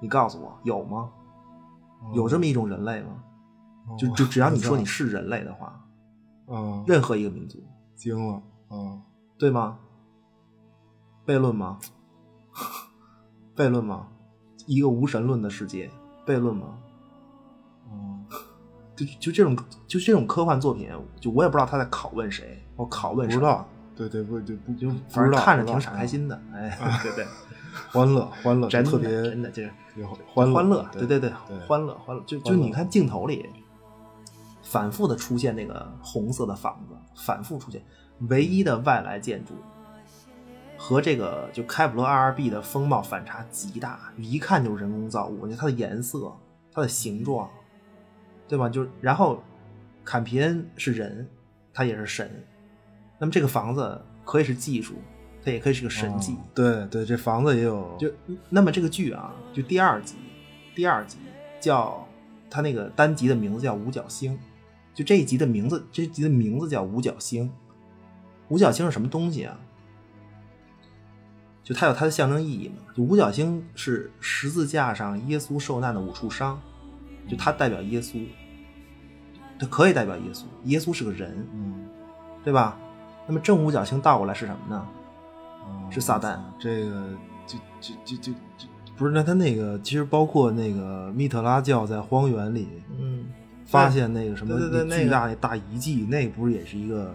Speaker 3: 你告诉我，有吗？有这么一种人类吗？
Speaker 2: 嗯哦
Speaker 3: 就就只要你说你是人类的话，
Speaker 2: 啊，
Speaker 3: 任何一个民族，
Speaker 2: 惊了啊，
Speaker 3: 对吗？悖论吗？ 悖论吗？一个无神论的世界，悖论吗？
Speaker 2: 嗯
Speaker 3: 就就这种就这种科幻作品，就我也不知道他在拷问谁，我拷问
Speaker 2: 不
Speaker 3: 谁，
Speaker 2: 知道，对对不就不就不
Speaker 3: 反
Speaker 2: 知
Speaker 3: 正
Speaker 2: 道，
Speaker 3: 看着
Speaker 2: 不知
Speaker 3: 挺
Speaker 2: 道
Speaker 3: 傻开，心的，哎，对对，
Speaker 2: 啊欢乐欢乐，
Speaker 3: 真的
Speaker 2: 特别
Speaker 3: 真的就是
Speaker 2: 有
Speaker 3: 欢
Speaker 2: 乐欢
Speaker 3: 乐，
Speaker 2: 对
Speaker 3: 对对，
Speaker 2: 欢
Speaker 3: 欢乐欢乐，就
Speaker 2: 欢
Speaker 3: 就
Speaker 2: 乐
Speaker 3: 你看镜头里反复的出现那个红色的房子，反复出现，唯一的外来建筑和这个就开普勒 RRB 的风貌反差极大，一看就是人工造物，你看它的颜色，它的形状，对吧？就是然后坎皮恩是人，他也是神，那么这个房子可以是技术，它也可以是个神迹。
Speaker 2: 啊对对，这房子也有
Speaker 3: 就那么这个剧啊，就第二集，第二集叫它那个单集的名字叫五角星，就这一集的名字，这一集的名字叫五角星。五角星是什么东西啊？就它有它的象征意义嘛。就五角星是十字架上耶稣受难的五处伤，就它代表耶稣，它可以代表耶稣。耶稣是个人，
Speaker 2: 嗯
Speaker 3: 对吧？那么正五角星倒过来是什么呢？
Speaker 2: 啊
Speaker 3: 是撒旦。
Speaker 2: 这个就就就就就不是，那他那个其实包括那个密特拉教在荒原里
Speaker 3: 嗯，
Speaker 2: 发现那个什么
Speaker 3: 对对对
Speaker 2: 那
Speaker 3: 那
Speaker 2: 巨
Speaker 3: 个
Speaker 2: 大那大遗迹，那不是也是一个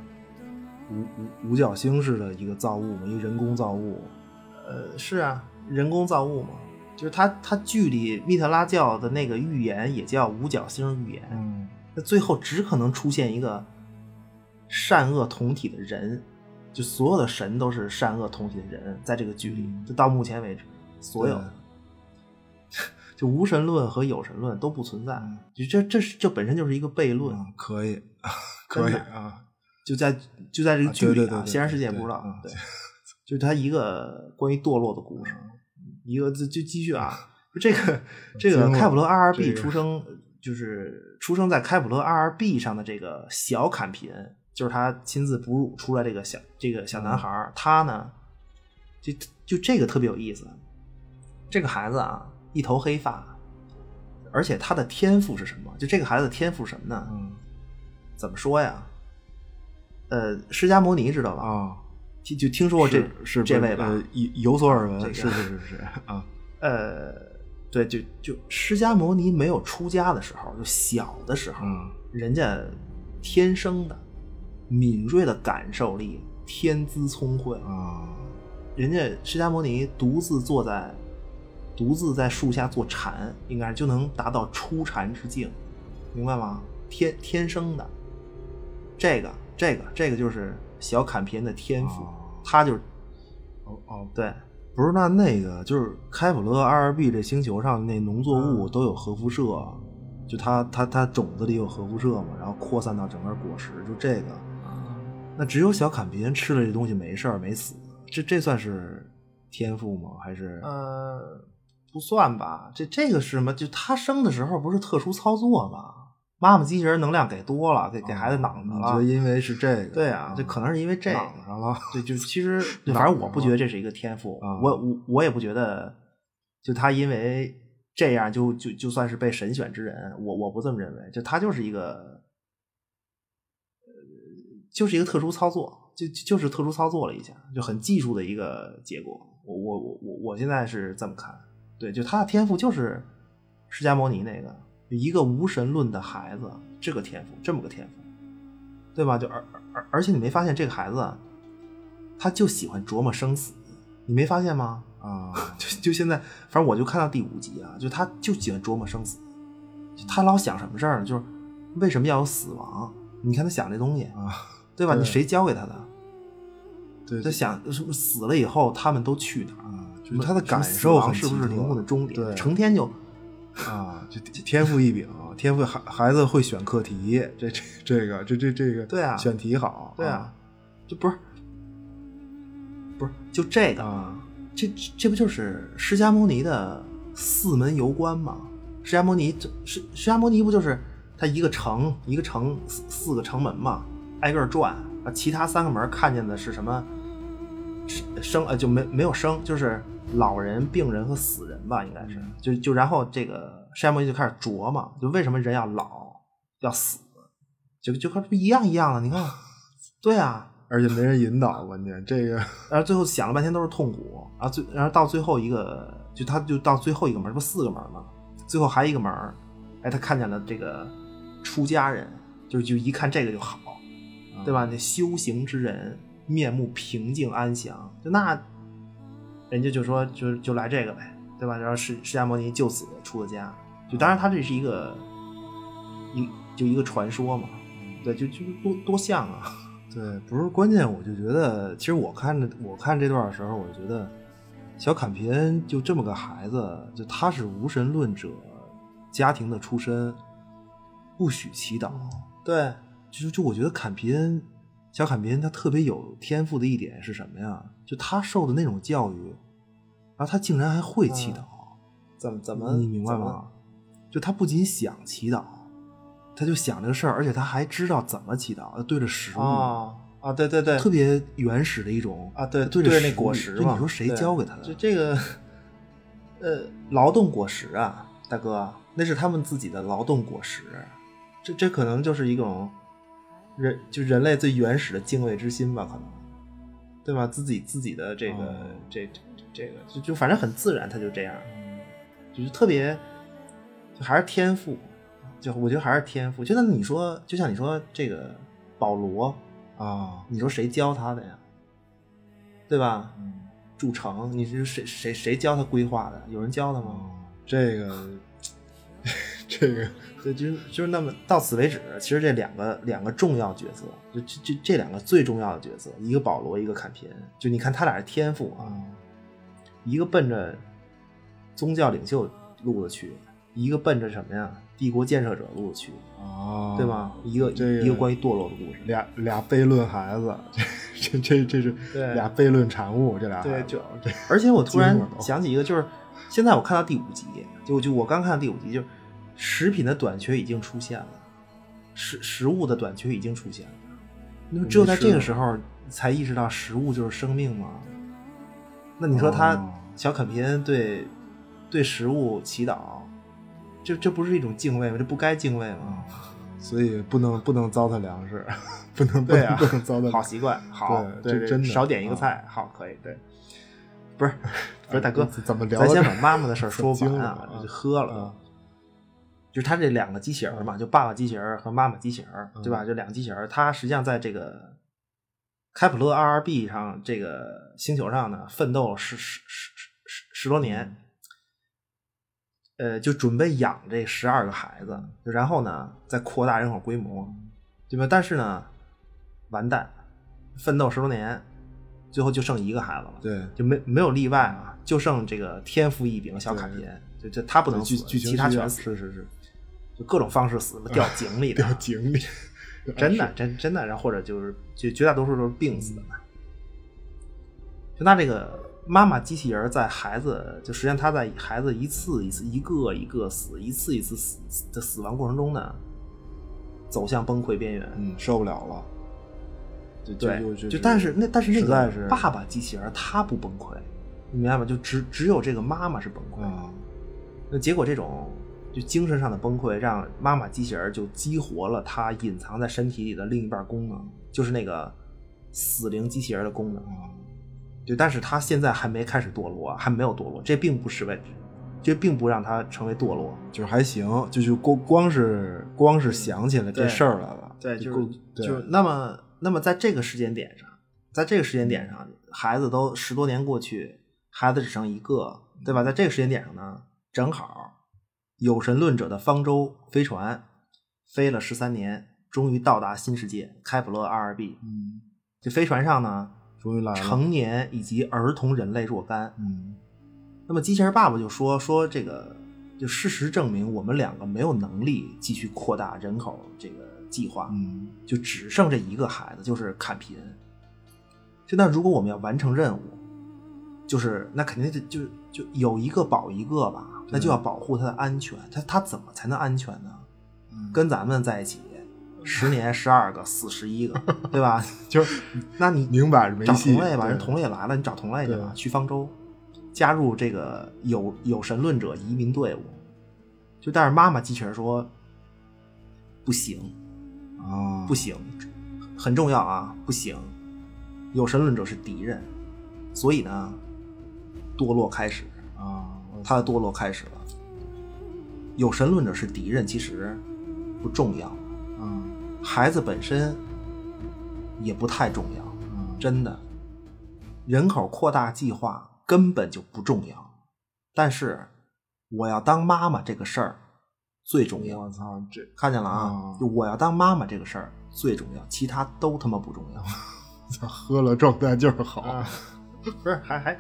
Speaker 2: 五五五角星式的一个造物吗？一个人工造物。
Speaker 3: 呃，是啊，人工造物嘛，就是它它剧里密特拉教的那个预言也叫五角星预言，
Speaker 2: 嗯
Speaker 3: 那最后只可能出现一个善恶同体的人，就所有的神都是善恶同体的人，在这个剧里，就到目前为止，所有的 就无神论和有神论都不存在，就这这是这本身就是一个悖论，
Speaker 2: 啊，可以，可以
Speaker 3: 真的
Speaker 2: 啊，
Speaker 3: 就在就在这个
Speaker 2: 啊
Speaker 3: 剧
Speaker 2: 对
Speaker 3: 里
Speaker 2: 对对对
Speaker 3: 现实世界
Speaker 2: 对
Speaker 3: 不知道
Speaker 2: 啊，
Speaker 3: 对，就是他一个关于堕落的故事，
Speaker 2: 嗯
Speaker 3: 一个就就继续 啊，就这个这
Speaker 2: 惊
Speaker 3: 个
Speaker 2: 了
Speaker 3: 开普勒 RRB
Speaker 2: 嗯这个
Speaker 3: 出生就是出生在开普勒 RRB 上的这个小坎皮恩，就是他亲自哺乳出来这个小这个小
Speaker 2: 嗯
Speaker 3: 男孩儿，他呢，就就这个特别有意思，这个孩子啊，一头黑发，而且他的天赋是什么？就这个孩子的天赋是什么呢？
Speaker 2: 嗯
Speaker 3: 怎么说呀？呃，释迦牟尼知道吧？
Speaker 2: 啊，
Speaker 3: 就就听说过这
Speaker 2: 是是
Speaker 3: 这位吧？
Speaker 2: 呃有有所耳闻，
Speaker 3: 这个
Speaker 2: 是是是是啊，
Speaker 3: 呃，对，就就释迦牟尼没有出家的时候，就小的时候，
Speaker 2: 嗯
Speaker 3: 人家天生的敏锐的感受力、天资聪慧，
Speaker 2: 啊
Speaker 3: 人家释迦牟尼独自坐在独自在树下坐禅，应该是就能达到出禅之境，明白吗？天天生的，这个这个这个就是小坎皮恩的天赋，
Speaker 2: 哦
Speaker 3: 他就是
Speaker 2: 哦哦，
Speaker 3: 对。
Speaker 1: 不是，那那个就是开普勒二二 B 这星球上那农作
Speaker 3: 嗯
Speaker 1: 物都有核辐射，就它它它种子里有核辐射嘛，然后扩散到整个果实，就这个，
Speaker 3: 啊
Speaker 1: 那只有小坎皮恩吃了这东西没事儿没死，这这算是天赋吗？还是
Speaker 3: 呃，不算吧，这这个是什么？就他生的时候不是特殊操作吗？妈妈机器人能量给多了，给给孩子
Speaker 2: 啊
Speaker 3: 囊
Speaker 1: 哦你
Speaker 3: 上
Speaker 1: 觉
Speaker 3: 了。
Speaker 1: 得嗯因为是这个？
Speaker 3: 对啊，这可能是因为这个。
Speaker 1: 挡上了。
Speaker 3: 对，就其实对反正我不觉得这是一个天赋，
Speaker 1: 啊
Speaker 3: 我我我也不觉得，就他因为这样就就就算是被神选之人，我我不这么认为，就他就是一个，呃，就是一个特殊操作，就就就是特殊操作了一下，就很技术的一个结果。我我我我我现在是这么看，对，就他的天赋就是释迦牟尼那个一个无神论的孩子，这个天赋，这么个天赋，对吧？就而而而而且你没发现这个孩子，啊他就喜欢琢磨生死，你没发现吗？
Speaker 2: 啊，
Speaker 3: 就就现在，反正我就看到第五集啊，就他就喜欢琢磨生死，就他老想什么事儿呢？就是为什么要有死亡？你看他想这东西
Speaker 2: 啊，
Speaker 3: 对吧？
Speaker 2: 对
Speaker 3: 你谁教给他的？
Speaker 2: 对
Speaker 3: 他想什么死了以后他们都去哪儿？
Speaker 2: 啊，就
Speaker 3: 什
Speaker 2: 是
Speaker 3: 么
Speaker 2: 他的感
Speaker 3: 什
Speaker 2: 受
Speaker 3: 么死亡
Speaker 2: 很
Speaker 3: 是
Speaker 2: 奇
Speaker 3: 不是
Speaker 2: 特
Speaker 3: 灵魂的终点？
Speaker 2: 对
Speaker 3: 成天就
Speaker 2: 啊，就天赋异禀，天赋孩孩子会选课题，这这这个这这这个
Speaker 3: 对啊
Speaker 2: 选题好，
Speaker 3: 对啊，就不是不是就这个
Speaker 2: 啊
Speaker 3: 这这不就是释迦牟尼的四门游观吗？释迦牟尼这释释迦牟尼不就是他一个城一个城四四个城门嘛，挨个儿转，啊，其他三个门看见的是什么？是生呃就没没有生，就是老人、病人和死人吧，应该是就就然后这个释迦牟尼就开始琢磨，就为什么人要老要死，就就开始一样一样的，你看，对啊，
Speaker 2: 而且没人引导，关键这个
Speaker 3: 然后最后想了半天都是痛苦，然后最然后到最后一个，就他就到最后一个门，这不四个门吗？最后还有一个门儿，哎，他看见了这个出家人，就是就一看这个就好，对吧？那修行之人面目平静安详，就那人家就说就就来这个呗，对吧？然后释释迦牟尼就此出了家，就当然他这是一个一就一个传说嘛，对，就就多多像啊，
Speaker 1: 嗯对，不是关键，我就觉得，其实我看着我看这段的时候，我觉得小坎皮恩就这么个孩子，就他是无神论者，家庭的出身，不许祈祷，
Speaker 3: 哦对，
Speaker 1: 就就我觉得坎皮恩，小坎皮恩他特别有天赋的一点是什么呀？就他受的那种教育，然后他竟然还会祈
Speaker 3: 嗯
Speaker 1: 祷，
Speaker 3: 怎么怎
Speaker 1: 你明白吗？？就他不仅想祈祷，他就想这个事儿，而且他还知道怎么祈祷，对着食物。
Speaker 3: 啊啊，对对对，
Speaker 1: 特别原始的一种
Speaker 3: 啊，对，
Speaker 1: 对
Speaker 3: 着
Speaker 1: 着
Speaker 3: 那
Speaker 1: 食
Speaker 3: 果
Speaker 1: 物
Speaker 3: 实
Speaker 1: 就
Speaker 3: 嘛，
Speaker 1: 你说谁
Speaker 3: 对
Speaker 1: 教给他的？
Speaker 3: 就这个，呃，劳动果实啊，大哥，那是他们自己的劳动果实，这这可能就是一种人就人类最原始的敬畏之心吧，可能，对吧？自己自己的这个、
Speaker 1: 哦
Speaker 3: 这这这个就就反正很自然，他就这样，就是特别，就还是天赋，就我觉得还是天赋。就像你说，就像你说这个保罗，
Speaker 2: 啊，
Speaker 3: 你说谁教他的呀？对吧？
Speaker 2: 嗯
Speaker 3: 筑城，你是谁谁谁教他规划的？有人教他吗？
Speaker 2: 哦这个这个
Speaker 3: 对，就是就是那么到此为止。其实这两个两个重要角色，就这这这两个最重要的角色，一个保罗，一个坎皮恩。就你看他俩是天赋
Speaker 2: 啊
Speaker 3: 啊，一个奔着宗教领袖路子去，一个奔着什么呀？帝国建设者路子去，
Speaker 2: 啊，
Speaker 3: 对？吗？一个、
Speaker 2: 这个
Speaker 3: 一个关于堕落的故事。
Speaker 2: 俩俩悖论孩子，这这这这
Speaker 3: 对
Speaker 2: 是俩悖论产物，这俩孩
Speaker 3: 对，
Speaker 2: 子
Speaker 3: 就
Speaker 2: 这
Speaker 3: 而且我突然
Speaker 2: 结果都
Speaker 3: 想起一个，就是现在我看到第五集，就就我刚看到第五集，就是食品的短缺已经出现了，食食物的短缺已经出现了。那么只有在这个时候才意识到食物就是生命吗？那你说他
Speaker 2: 哦
Speaker 3: 小肯皮恩对对食物祈祷，这这不是一种敬畏吗？这不该敬畏吗？
Speaker 2: 所以不能不能糟蹋粮食，不能不
Speaker 3: 对
Speaker 2: 能、
Speaker 3: 啊
Speaker 2: 不能糟蹋粮食。
Speaker 3: 好习惯，好，
Speaker 2: 对
Speaker 3: 对
Speaker 2: 这
Speaker 3: 对
Speaker 2: 真的
Speaker 3: 少点一个
Speaker 2: 啊
Speaker 3: 菜，好，可以，对， 不是不是大哥，
Speaker 2: 怎么聊
Speaker 3: 咱
Speaker 2: 到这
Speaker 3: 先
Speaker 2: 儿？
Speaker 3: 把妈妈 的事儿说
Speaker 2: 惊
Speaker 3: 完
Speaker 2: 了
Speaker 3: 啊
Speaker 2: 啊，
Speaker 3: 就喝了
Speaker 2: 啊，
Speaker 3: 就是他这两个机器人儿嘛，就爸爸机器人儿和妈妈机器人儿，
Speaker 2: 嗯
Speaker 3: 对吧？这两个机器人儿，它实际上在这个开普勒 2RB 上这个星球上呢，奋斗十十十十十十多年，
Speaker 2: 嗯
Speaker 3: 呃，就准备养这十二个孩子，然后呢，再扩大人口规模，
Speaker 2: 嗯
Speaker 3: 对吧？但是呢，完蛋，奋斗十多年，最后就剩一个孩子了，
Speaker 2: 对，
Speaker 3: 就没没有例外啊，就剩这个天赋异禀的小卡
Speaker 2: 对
Speaker 3: 片，就就他不能
Speaker 2: 剧
Speaker 3: 死，
Speaker 2: 剧情
Speaker 3: 其他
Speaker 2: 需
Speaker 3: 全
Speaker 2: 要
Speaker 3: 死，
Speaker 2: 是是是，
Speaker 3: 就各种方式死，掉井里 的哎
Speaker 2: 掉井 里，
Speaker 3: 真的真真的，然后或者就是绝绝大多数都是病死的嘛。就那这个妈妈机器人在孩子，就实际上她在孩子一次一次、一个一个死、一次一次死的死亡过程中呢，走向崩溃边缘。
Speaker 2: 嗯，受不了了，就
Speaker 3: 对，
Speaker 2: 就就
Speaker 3: 但是那但是那
Speaker 2: 实在
Speaker 3: 个
Speaker 2: 是
Speaker 3: 爸爸机器人他不崩溃，你明白吗？就只只有这个妈妈是崩溃。
Speaker 2: 啊，
Speaker 3: 那结果这种就精神上的崩溃，让妈妈机器人就激活了它隐藏在身体里的另一半功能，就是那个死灵机器人的功能。
Speaker 2: 嗯
Speaker 3: 对，但是它现在还没开始堕落啊，还没有堕落，这并不是为，这并不让它成为堕落。
Speaker 2: 就是还行，就就光光是光是想起来这
Speaker 3: 对
Speaker 2: 事儿来了，
Speaker 3: 对，就
Speaker 2: 够
Speaker 3: 是
Speaker 2: 对
Speaker 3: 就是那么那么在这个时间点上，在这个时间点上，孩子都十多年过去，孩子只剩一个，对吧？在这个时间点上呢，正好有神论者的方舟飞船飞了十三年，终于到达新世界开普勒二二 B。
Speaker 2: 嗯，
Speaker 3: 这飞船上呢，
Speaker 2: 终于来了，
Speaker 3: 成年以及儿童人类若干，
Speaker 2: 嗯
Speaker 3: 那么机器人爸爸就说说这个，就事实证明我们两个没有能力继续扩大人口这个计划，
Speaker 2: 嗯，
Speaker 3: 就只剩这一个孩子，就是坎皮恩。就那如果我们要完成任务，就是那肯定就就就有一个保一个吧，那就要保护他的安全。他他怎么才能安全呢？
Speaker 2: 嗯
Speaker 3: 跟咱们在一起，十年十二个死十一个，对吧？
Speaker 2: 就是
Speaker 3: 那你
Speaker 2: 明摆着没
Speaker 3: 找
Speaker 2: 戏
Speaker 3: 同类吧，
Speaker 2: 对
Speaker 3: 人同类来了，你找同类去吧，
Speaker 2: 对
Speaker 3: 去方舟，加入这个有有神论者移民队伍。就但是妈妈机器人说，不行，
Speaker 2: 啊，
Speaker 3: 不行，很重要啊，不行，有神论者是敌人，所以呢，堕落开始，
Speaker 2: 啊，我
Speaker 3: 他的堕落开始了。有神论者是敌人，其实不重要，
Speaker 2: 啊
Speaker 3: 孩子本身也不太重要。
Speaker 2: 啊，
Speaker 3: 真的，人口扩大计划根本就不重要，但是我要当妈妈这个事儿最重要
Speaker 2: 我。操，这
Speaker 3: 看见了
Speaker 2: 哦
Speaker 3: 啊，就我要当妈妈这个事儿最重要，其他都他妈不重要。
Speaker 2: 操喝了状态就是好，
Speaker 3: 啊不是，还还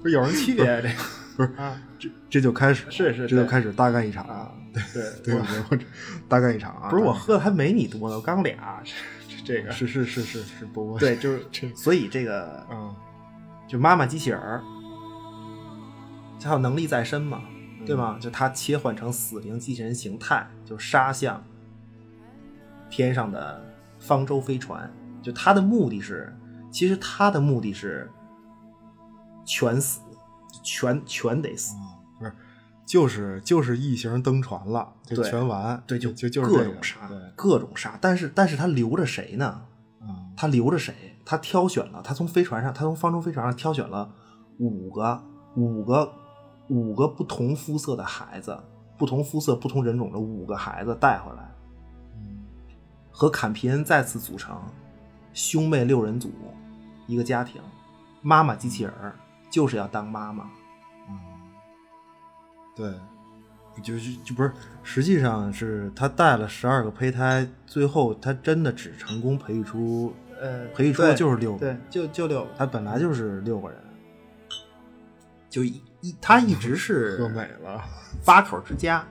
Speaker 3: 不是有人区别这个
Speaker 2: 不是
Speaker 3: 啊
Speaker 2: 这这就开始
Speaker 3: 是是
Speaker 2: 这就
Speaker 3: 对
Speaker 2: 开始大干一场，
Speaker 3: 啊？
Speaker 2: 对
Speaker 3: 对
Speaker 2: 对，我这大干一场啊，
Speaker 3: 不是我
Speaker 2: 大
Speaker 3: 喝的还没你多呢，我刚 俩，这这
Speaker 2: 干
Speaker 3: 个
Speaker 2: 一场是是是是是不，我
Speaker 3: 对，就是
Speaker 2: 这
Speaker 3: 所以这个
Speaker 2: 嗯
Speaker 3: 就妈妈机器人儿，它有能力在身嘛，
Speaker 2: 嗯
Speaker 3: 对吗？就它切换成死灵机器人形态，就杀向天上的方舟飞船。就它的目的是，其实它的目的是全死，全全得死。
Speaker 2: 不是，就是就是异形登船了，就
Speaker 3: 对
Speaker 2: 全完，
Speaker 3: 对，就
Speaker 2: 就就是
Speaker 3: 各
Speaker 2: 这
Speaker 3: 种
Speaker 2: 个
Speaker 3: 杀
Speaker 2: 对，，
Speaker 3: 各种杀。但是但是它留着谁呢？
Speaker 2: 嗯
Speaker 3: 他留着谁？他挑选了，他从飞船上，他从方舟飞船上挑选了五个、五个、五个不同肤色的孩子，不同肤色、不同人种的五个孩子带回来，
Speaker 2: 嗯
Speaker 3: 和坎皮恩再次组成兄妹六人组，一个家庭。妈妈机器人儿就是要当妈妈，
Speaker 2: 嗯，对，就是就不是，实际上是他带了十二个胚胎，最后他真的只成功培育出，
Speaker 3: 呃
Speaker 2: 培育出的就是六个人，，
Speaker 3: 就就六
Speaker 2: 他本来就是六个人，
Speaker 3: 就一一他一直是
Speaker 2: 喝美了，
Speaker 3: 八口 之家，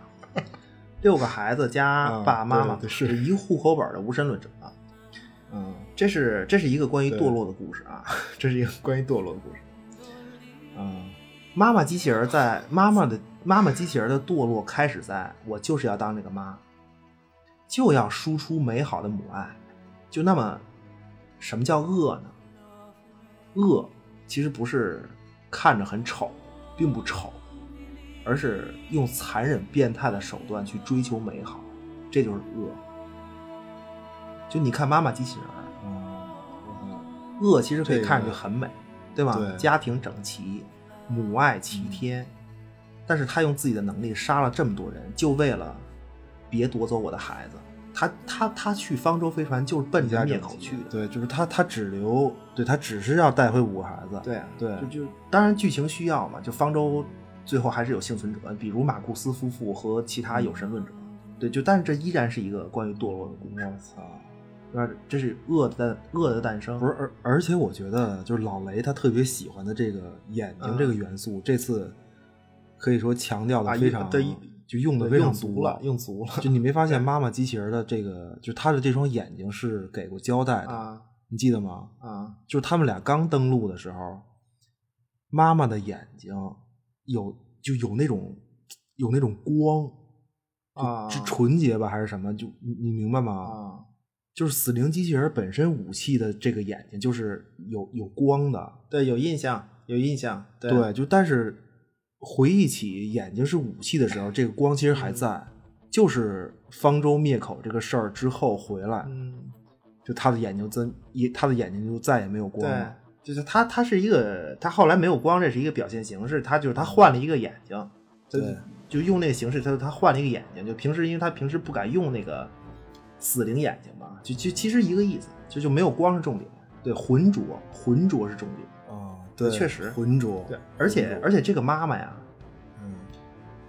Speaker 3: 六个孩子加
Speaker 2: 啊
Speaker 3: 爸爸妈妈，
Speaker 2: 对对是
Speaker 3: 一户口本的无神论者。
Speaker 2: 嗯，
Speaker 3: 这是这是一个关于
Speaker 2: 对
Speaker 3: 堕落的故事啊， 这是一个关于堕落的故事。
Speaker 2: 啊
Speaker 3: 妈妈机器人在妈妈的妈妈机器人的堕落开始在我就是要当这个妈，就要输出美好的母爱。就那么，什么叫恶呢？恶其实不是看着很丑，并不丑，而是用残忍变态的手段去追求美好，这就是恶。就你看《妈妈机器人》，
Speaker 1: 嗯
Speaker 3: 恶其实可以看上去很美，对吧？
Speaker 2: 对嗯
Speaker 3: 家庭整齐，母爱齐天，但是他用自己的能力杀了这么多人，就为了别夺走我的孩子。他他他去方舟飞船就是奔
Speaker 2: 一
Speaker 3: 着
Speaker 2: 家
Speaker 3: 灭
Speaker 2: 整
Speaker 3: 口
Speaker 2: 齐
Speaker 3: 去的，
Speaker 1: 对，就是他，他只留，对他只是要带回五个孩子。
Speaker 3: 对啊，
Speaker 1: 对
Speaker 3: 就就当然剧情需要嘛，就方舟最后还是有幸存者，比如马库斯夫妇和其
Speaker 2: 嗯
Speaker 3: 他有神论者，对，就但是这依然是一个关于堕落的故事，啊
Speaker 2: 我操！
Speaker 3: 那这是恶的诞恶的诞生，
Speaker 1: 不是，而而且我觉得，就是老雷他特别喜欢的这个眼睛
Speaker 3: 嗯
Speaker 1: 这个元素，这次可以说强调的
Speaker 3: 啊
Speaker 1: 非
Speaker 3: 一
Speaker 1: 常，
Speaker 3: 对一
Speaker 1: 就用的非
Speaker 3: 对
Speaker 1: 常
Speaker 3: 用足
Speaker 1: 足
Speaker 3: 了，用足了
Speaker 1: 就你没发现妈妈机器人的这个，就她的这双眼睛是给过交代的，
Speaker 3: 啊
Speaker 1: 你记得吗？
Speaker 3: 啊
Speaker 1: 就是他们俩刚登陆的时候，妈妈的眼睛有就有那种有那种光，
Speaker 3: 啊
Speaker 1: 是纯洁吧还是什么？就你你明白吗？
Speaker 3: 啊
Speaker 1: 就是死灵机器人本身武器的这个眼睛就是有有光的，
Speaker 3: 对，有印象，有印象，对
Speaker 1: 对，就但是回忆起眼睛是武器的时候，这个光其实还
Speaker 3: 嗯
Speaker 1: 在，就是方舟灭口这个事儿之后回来，
Speaker 3: 嗯，
Speaker 1: 就他的眼睛真也他的眼睛就再也没有光
Speaker 3: 对
Speaker 1: 了。，
Speaker 3: 就是他他是一个，他后来没有光，这是一个表现形式，他就是他换了一个眼睛，就
Speaker 1: 对
Speaker 3: 就用那个形式，他他换了一个眼睛，就平时因为他平时不敢用那个死灵眼睛嘛，就就其实一个意思，就就没有光是重点，对，浑浊浑浊是重点，
Speaker 1: 啊，对，
Speaker 3: 确实
Speaker 1: 浑浊。
Speaker 3: 对，而且而且这个妈妈呀，
Speaker 1: 嗯，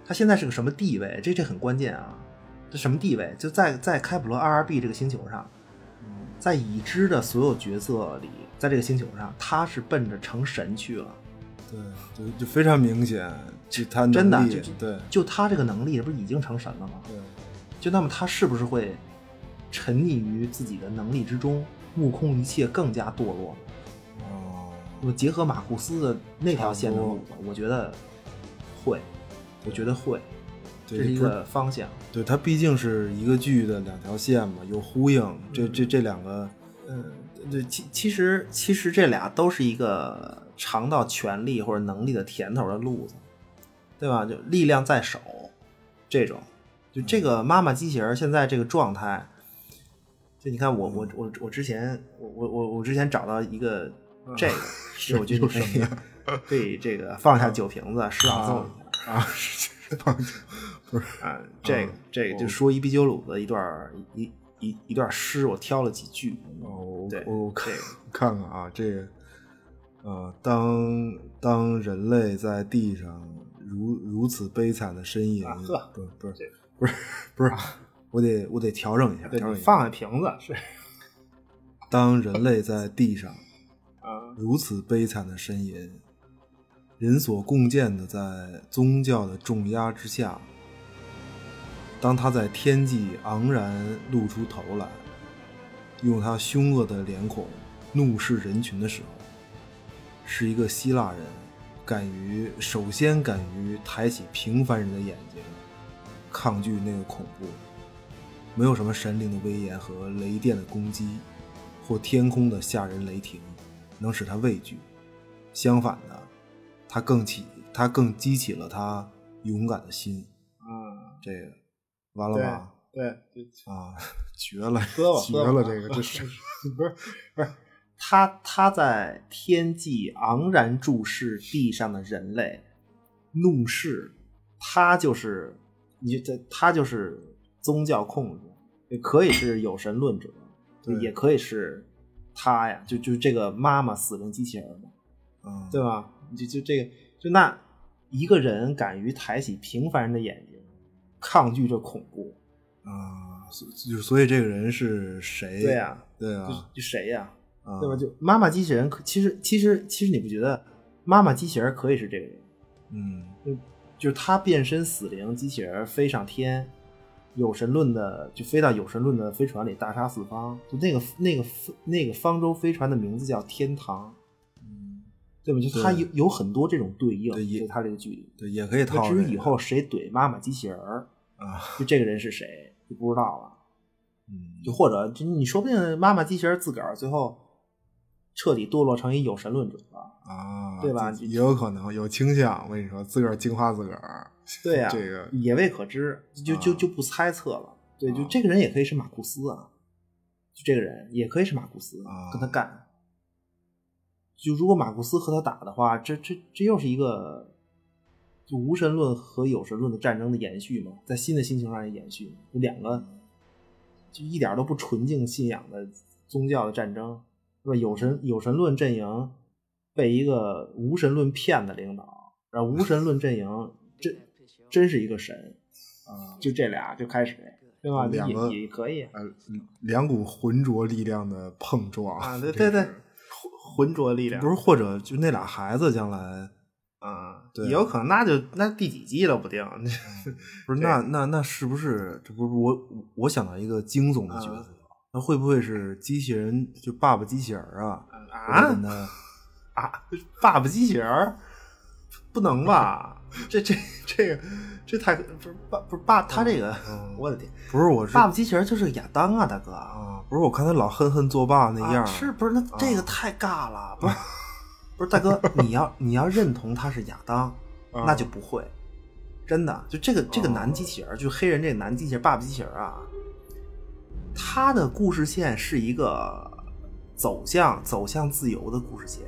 Speaker 3: 她现在是个什么地位？这这很关键啊！这什么地位？就在在开普勒 2RB 这个星球上，
Speaker 1: 嗯
Speaker 3: 在已知的所有角色里，在这个星球上，她是奔着成神去了。
Speaker 1: 对，就就非常明显，就他
Speaker 3: 真的
Speaker 1: 能力
Speaker 3: 就
Speaker 1: 对
Speaker 3: 就她这个能力，不是已经成神了吗？
Speaker 1: 对
Speaker 3: 就那么她是不是会沉溺于自己的能力之中，目空一切，更加堕落？
Speaker 1: 哦，
Speaker 3: 我结合马库斯的那条线的路
Speaker 1: 差，
Speaker 3: 我觉得会，我觉得会，这
Speaker 1: 对
Speaker 3: 是一
Speaker 1: 不
Speaker 3: 个方向。
Speaker 1: 对它毕竟是一个剧的两条线嘛，有呼应，这这这两个
Speaker 3: 嗯，对，其其实其实这俩都是一个尝到权力或者能力的甜头的路子，对吧？就力量在手，这种，就这个妈妈机器人现在这个状态，就你看我我我我之前我我我我之前找到一个这 个，是我觉得你可以 可以这个放下酒瓶子，诗朗诵一下。
Speaker 2: 啊，
Speaker 3: 啊，这个、这个就说伊壁鸠鲁的一段儿一一一段诗，我挑了几句。
Speaker 2: 哦我
Speaker 3: 对，
Speaker 2: 我
Speaker 3: 这
Speaker 2: 看
Speaker 3: 个
Speaker 2: 看看啊，这个，呃，当当人类在地上如如此悲惨的呻吟，
Speaker 3: 啊呵
Speaker 2: 不不
Speaker 3: 这
Speaker 2: 是不是不是，我得我得调整一下，
Speaker 3: 对，
Speaker 2: 调整
Speaker 3: 你
Speaker 2: 一下。
Speaker 3: 放下瓶子是
Speaker 2: 当人类在地上
Speaker 3: 啊，
Speaker 2: 如此悲惨的呻吟，人所共建的在宗教的重压之下，当他在天际昂然露出头来，用他凶恶的脸孔怒视人群的时候，是一个希腊人敢于首先敢于抬起平凡人的眼睛，抗拒那个恐怖，没有什么神灵的威严和雷电的攻击，或天空的吓人雷霆能使他畏惧。相反的，他更起，他更激起了他勇敢的心。
Speaker 3: 嗯，
Speaker 2: 这个完了吧？
Speaker 3: 对，
Speaker 2: 啊，绝了，
Speaker 3: 喝吧
Speaker 2: 绝
Speaker 3: 喝
Speaker 2: 了！
Speaker 3: 吧
Speaker 2: 这个这 是
Speaker 3: 他他在天际昂然注视地上的人类，怒视，他就是你这他就是宗教控制，也可以是有神论者，
Speaker 2: 对
Speaker 3: 也可以是他呀，就就这个妈妈死灵机器人嘛，
Speaker 2: 嗯，
Speaker 3: 对吧？就就这个，就那一个人敢于抬起平凡人的眼睛，抗拒这恐怖，
Speaker 2: 啊，所就所以这个人是谁？
Speaker 3: 对呀、
Speaker 2: 对
Speaker 3: 就
Speaker 2: 啊，
Speaker 3: 就谁呀、
Speaker 2: 啊
Speaker 3: 对吧？就妈妈机器人可，其实其实其实你不觉得妈妈机器人可以是这个人？
Speaker 2: 嗯，
Speaker 3: 就是她变身死灵机器人飞上天，有神论的就飞到有神论的飞船里大杀四方。就那个那个那个方舟飞船的名字叫天堂，对吧？就它
Speaker 2: 对
Speaker 3: 有有很多这种对应，
Speaker 2: 对也
Speaker 3: 就它这个剧里。
Speaker 2: 对，也可以
Speaker 3: 那
Speaker 2: 套这
Speaker 3: 至
Speaker 2: 个。
Speaker 3: 于以后谁怼妈妈机器人儿
Speaker 2: 啊，
Speaker 3: 就这个人是谁就不知道了。
Speaker 2: 嗯，
Speaker 3: 就或者就你说不定妈妈机器人自个儿最后彻底堕落成一有神论者了。
Speaker 2: 啊，
Speaker 3: 对吧
Speaker 2: 也有可能有倾向，我跟你说，自个儿净化自个儿。
Speaker 3: 对呀、
Speaker 2: 这个
Speaker 3: 也未可知，就就
Speaker 2: 啊
Speaker 3: 就不猜测了。对，就
Speaker 2: 啊
Speaker 3: 这个人也可以是马库斯啊，就这个人也可以是马库斯
Speaker 2: 啊
Speaker 3: 跟他干。就如果马库斯和他打的话，这这这又是一个就无神论和有神论的战争的延续嘛，在新的心情上也延续，就两个就一点都不纯净信仰的宗教的战争，是吧？有神有神论阵营被一个无神论骗的领导，然后无神论阵营真真是一个神啊，就这俩就开始，对吧？
Speaker 2: 两个
Speaker 3: 也也可以
Speaker 2: 呃，两股浑浊力量的碰撞
Speaker 3: 啊，对
Speaker 2: 这是
Speaker 3: 对对，浑浑浊力量
Speaker 2: 不是或者就那俩孩子将来
Speaker 3: 啊，
Speaker 2: 对
Speaker 3: 也有可能那就那第几季了不定，
Speaker 2: 不是
Speaker 3: 对
Speaker 2: 那那那是不是这不是我我想到一个惊悚的角色，
Speaker 3: 啊
Speaker 2: 那会不会是机器人就爸爸机器人儿啊？
Speaker 3: 啊
Speaker 2: 我跟他
Speaker 3: 啊，爸爸机器人儿不能吧？这这这个这太不是爸不是爸，他这个
Speaker 2: 嗯
Speaker 3: 我的天，
Speaker 2: 不是我是
Speaker 3: 爸爸机器人就是亚当啊，大哥啊，
Speaker 2: 啊，不是我看他老恨恨作爸那样儿，啊
Speaker 3: 是不是？那这个太尬了，不是不是，大哥，你要你要认同他是亚当，
Speaker 2: 啊
Speaker 3: 那就不会。真的，就这个这个男机器人儿，就黑人这个男机器人儿，爸爸机器人儿啊，他的故事线是一个走向走向自由的故事线，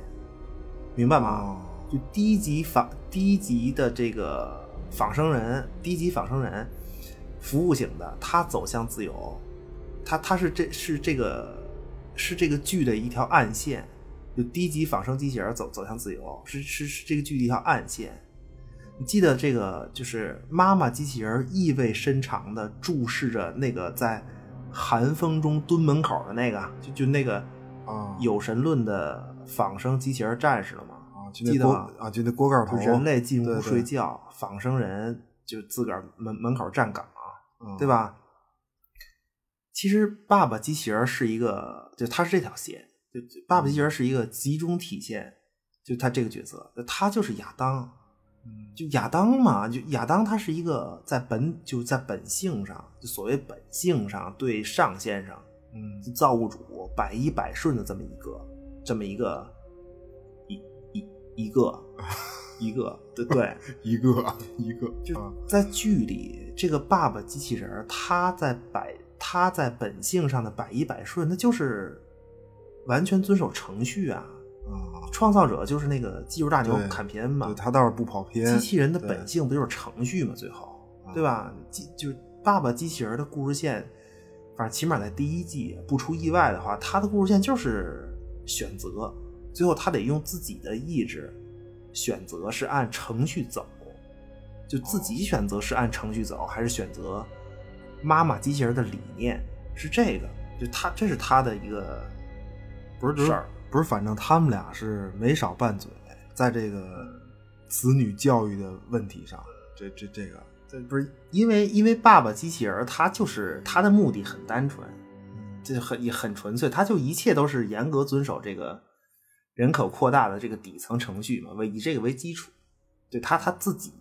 Speaker 3: 明白吗？
Speaker 2: 哦
Speaker 3: 就第一集仿第一集的这个仿生人，第一集仿生人服务型的，他走向自由，他他是这是这个是这个剧的一条暗线，就第一集仿生机器人走走向自由，是是是这个剧的一条暗线。你记得这个就是妈妈机器人意味深长的注视着那个在寒风中蹲门口的那个，就就那个
Speaker 2: 啊
Speaker 3: 有神论的仿生机器人战士了吗？
Speaker 2: 啊，就
Speaker 3: 记
Speaker 2: 那
Speaker 3: 得
Speaker 2: 锅
Speaker 3: 吗
Speaker 2: 啊，就那锅盖头，
Speaker 3: 就人类进
Speaker 2: 对
Speaker 3: 屋
Speaker 2: 对
Speaker 3: 睡觉，仿生人就自个儿门门口站岗，
Speaker 2: 嗯
Speaker 3: 对吧？其实爸爸机器人是一个，就他是这条线，就就爸爸机器人是一个集中体现，就他这个角色，他就是亚当，
Speaker 2: 嗯
Speaker 3: 就亚当嘛，就亚当他是一个在本就在本性上，就所谓本性上对上线上
Speaker 2: 嗯
Speaker 3: 造物主百依百顺的这么一个，这么一个，一一一 个，一个，对对，
Speaker 2: 一个一个啊
Speaker 3: 在剧里，这个爸爸机器人儿他在百他在本性上的百依百顺，那就是完全遵守程序啊。
Speaker 2: 啊，
Speaker 3: 创造者就是那个技术大牛
Speaker 2: 对
Speaker 3: 坎皮恩嘛
Speaker 2: 对，他倒是不跑偏
Speaker 3: 机，器人的
Speaker 2: 对
Speaker 3: 本性不就是程序吗？最后，
Speaker 2: 啊
Speaker 3: 对吧？机就是爸爸机器人的故事线，反正起码在第一季不出意外的话，他的故事线就是选择，最后他得用自己的意志选择是按程序走，就自
Speaker 2: 哦
Speaker 3: 己选择是按程序走，还是选择妈妈机器人的理念是这个，就他这是他的一个
Speaker 2: 不是不
Speaker 3: 事
Speaker 2: 是
Speaker 3: 儿
Speaker 2: 不是，反正他们俩是没少拌嘴，在这个子女教育的问题上，这这这个
Speaker 3: 这不是因为因为爸爸机器人儿，他就是他的目的很单纯，这很也很纯粹，他就一切都是严格遵守这个人口扩大的这个底层程序嘛，为以这个为基础，对他他自己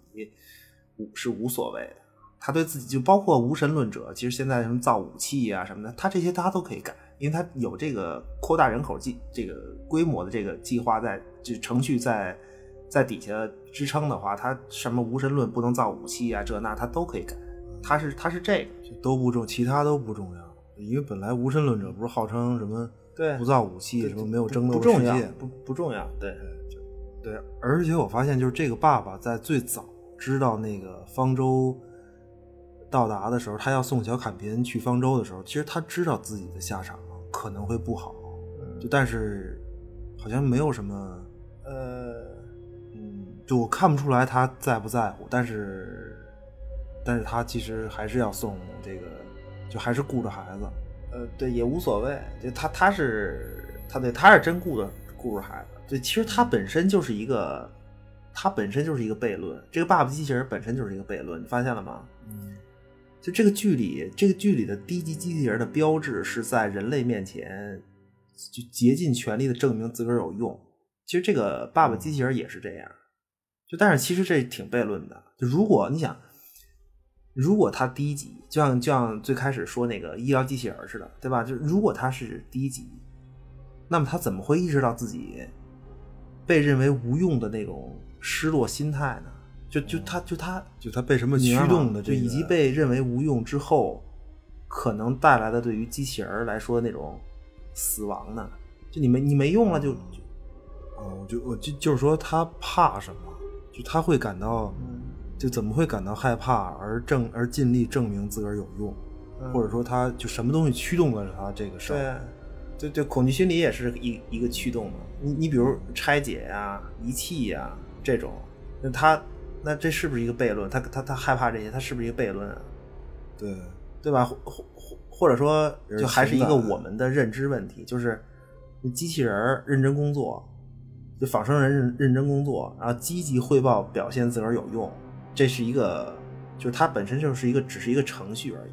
Speaker 3: 无是无所谓的，他对自己就包括无神论者，其实现在什么造武器啊什么的，他这些他都可以改，因为他有这个扩大人口计这个规模的这个计划在，这程序在在底下支撑的话，他什么无神论不能造武器啊这那他都可以改，他是他是这个
Speaker 2: 这都不重，其他都不重要，因为本来无神论者不是号称什么
Speaker 3: 对
Speaker 2: 不造武器，
Speaker 3: 对
Speaker 2: 什么
Speaker 3: 不
Speaker 2: 没有
Speaker 3: 不
Speaker 2: 争斗
Speaker 3: 不
Speaker 2: 的
Speaker 3: 重
Speaker 2: 世
Speaker 3: 要
Speaker 2: 界，
Speaker 3: 不不重要，对
Speaker 2: 对，而且我发现就是这个爸爸在最早知道那个方舟到达的时候，他要送小坎皮恩去方舟的时候，其实他知道自己的下场可能会不好，就但是好像没有什么，
Speaker 3: 呃。
Speaker 2: 嗯，就我看不出来他在不在乎，但是但是他其实还是要送这个，就还是顾着孩子，
Speaker 3: 呃，对，也无所谓。就他他是他对他是真顾着顾着孩子。对，其实他本身就是一个，他本身就是一个悖论。这个爸爸机器人本身就是一个悖论，你发现了吗？
Speaker 2: 嗯
Speaker 3: 就这个剧里，这个剧里的低级机器人的标志是在人类面前就竭尽全力的证明自个儿有用。其实这个爸爸机器人也是这样，就但是其实这挺悖论的。就如果你想，如果他第一集就像就像最开始说那个医疗机器人似的，对吧？就如果他是第一集，那么他怎么会意识到自己被认为无用的那种失落心态呢？就就他就他
Speaker 2: 就他被什么驱动的、这个，
Speaker 3: 就以及被认为无用之后可能带来的对于机器人来说那种死亡呢？就你没你没用了
Speaker 2: 嗯
Speaker 3: 就，
Speaker 2: 啊，我就我就就是说他怕什么？就他会感到，就怎么会感到害怕而证而尽力证明自个儿有用，
Speaker 4: 嗯
Speaker 2: 或者说他就什么东西驱动了他这个事儿？
Speaker 3: 对，对对，恐惧心理也是一一个驱动嘛。你你比如拆解呀、遗弃呀、这种，那他那这是不是一个悖论？他他他害怕这些，他是不是一个悖论啊？
Speaker 2: 对
Speaker 3: 对吧？或或或或者说，
Speaker 2: 也是
Speaker 3: 就还是一个
Speaker 2: 情感
Speaker 3: 我们的认知问题，就是机器人儿认真工作，就仿生人认认真工作，然后积极汇报表现自个儿有用，这是一个，就是它本身就是一个只是一个程序而已。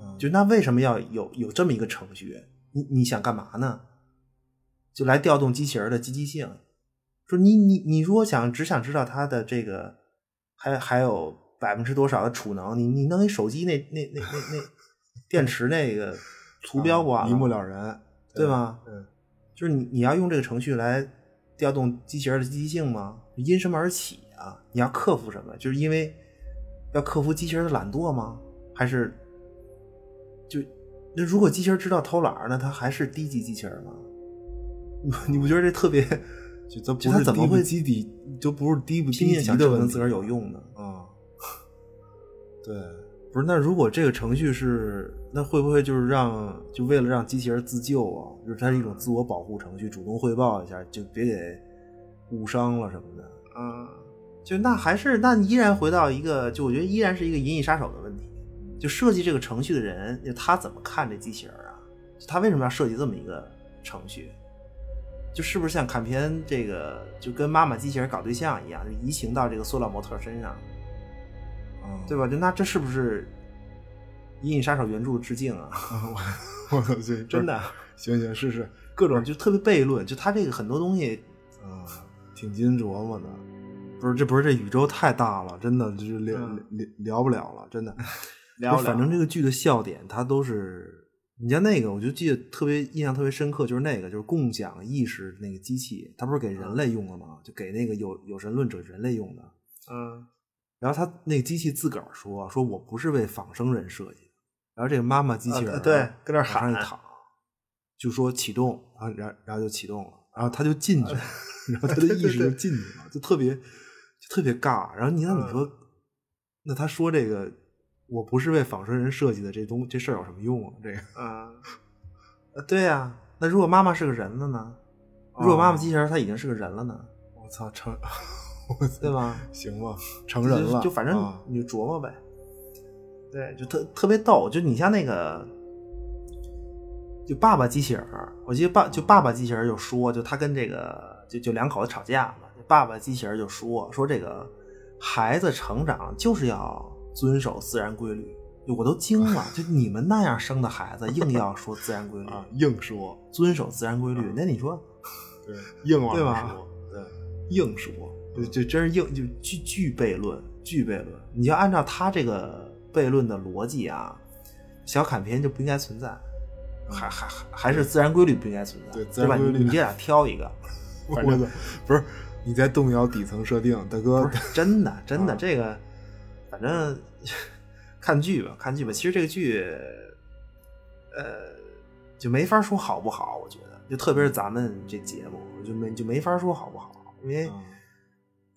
Speaker 2: 嗯
Speaker 3: 就那为什么要有有这么一个程序？你你想干嘛呢？就来调动机器人儿的积极性。说你你你如果想只想知道它的这个，还还有百分之多少的储能，你你弄一手机那那那那那电池 那个图标不完
Speaker 2: 啊一目
Speaker 3: 了，
Speaker 2: 了然，
Speaker 3: 对吗？
Speaker 2: 嗯，
Speaker 3: 就是你你要用这个程序来调动机器人的积极性吗？因什么而起啊？你要克服什么？就是因为要克服机器人的懒惰吗？还是就那如果机器人知道偷懒儿，那它还是低级机器人吗？ 你不觉得这特别
Speaker 2: 就他
Speaker 3: 就
Speaker 2: 不
Speaker 3: 他
Speaker 2: 是
Speaker 3: 怎么
Speaker 2: 低不
Speaker 3: 会
Speaker 2: 低底，就不是低不
Speaker 3: 拼
Speaker 2: 低
Speaker 3: 命
Speaker 2: 级
Speaker 3: 想
Speaker 2: 的
Speaker 3: 证
Speaker 2: 问
Speaker 3: 明
Speaker 2: 题
Speaker 3: 自个儿有用呢？
Speaker 2: 啊。 对，不是那如果这个程序是，那会不会就是让就为了让机器人自救啊？就是它是一种自我保护程序，主动汇报一下，就别给误伤了什么的。
Speaker 3: 嗯，就那还是那依然回到一个，就我觉得依然是一个银翼杀手的问题，就设计这个程序的人，就他怎么看这机器人儿啊？就他为什么要设计这么一个程序？就是不是像坎皮恩这个，就跟妈妈机器人搞对象一样，就移情到这个塑料模特身上，
Speaker 2: 啊，
Speaker 3: 对吧？就那这是不是《银翼杀手》原著致敬啊？
Speaker 2: 啊？ 我我这
Speaker 3: 真的，
Speaker 2: 行行是是，各种
Speaker 3: 就特别悖论，就他这个很多东西
Speaker 2: 啊，挺经琢磨的。不是，这不是这宇宙太大了，真的就是聊
Speaker 3: 嗯
Speaker 2: 聊聊不了了，真的。
Speaker 3: 聊
Speaker 2: 就
Speaker 3: 不了
Speaker 2: 反正这个剧的笑点，它都是你像那个，我就记得特别印象特别深刻，就是那个就是共享意识那个机器，它不是给人类用的吗？就给那个有有神论者人类用的。
Speaker 3: 嗯
Speaker 2: 然后它那个机器自个儿说：“说我不是为仿生人设计的。”然后这个妈妈机器人、
Speaker 3: 啊对跟那儿
Speaker 2: 往上一
Speaker 3: 喊
Speaker 2: 躺，就说启动，然后然后然后就启动了，然后它就进
Speaker 3: 呃
Speaker 2: 去了，然 后它的意识就进去了，就特别就特别尬。然后你那
Speaker 3: 嗯
Speaker 2: 你说，那他说这个我不是为仿生人设计的这东这事儿有什么用啊？这个啊
Speaker 3: 嗯，呃对呀、那如果妈妈是个人了呢？如果妈妈机器人她已经是个人了呢？
Speaker 2: 我操成，我
Speaker 3: 对吧？
Speaker 2: 行吧，成人了，
Speaker 3: 就就反正
Speaker 2: 啊
Speaker 3: 你就琢磨呗，
Speaker 4: 对，就
Speaker 3: 就特特别逗。就你像那个，就爸爸机器人儿，我记得爸就爸爸机器人儿就说，就他跟这个就就两口子吵架嘛，爸爸机器人儿就说说这个孩子成长就是要遵守自然规律。就我都惊了，就你们那样生的孩子，硬要说自然规律，
Speaker 2: 啊硬说，
Speaker 3: 遵守自然规律，那你说
Speaker 2: 对硬往
Speaker 3: 对
Speaker 2: 上
Speaker 3: 吧
Speaker 2: 说，对
Speaker 3: 硬说，就就真是硬就具具悖论，具悖论。你要按照他这个悖论的逻辑啊，小坎片就不应该存在，还还还还是自然规律不应该存在，
Speaker 2: 对
Speaker 3: 对
Speaker 2: 自然
Speaker 3: 吧？
Speaker 2: 规律
Speaker 3: 你你这俩挑一个，
Speaker 2: 我操，不是你在动摇底层设定，大哥
Speaker 3: 不是 真的真的、
Speaker 2: 啊
Speaker 3: 这个，反正看剧吧，看剧吧。其实这个剧，呃，就没法说好不好，我觉得，就特别是咱们这节目，我就没就没法说好不好，因为。
Speaker 2: 嗯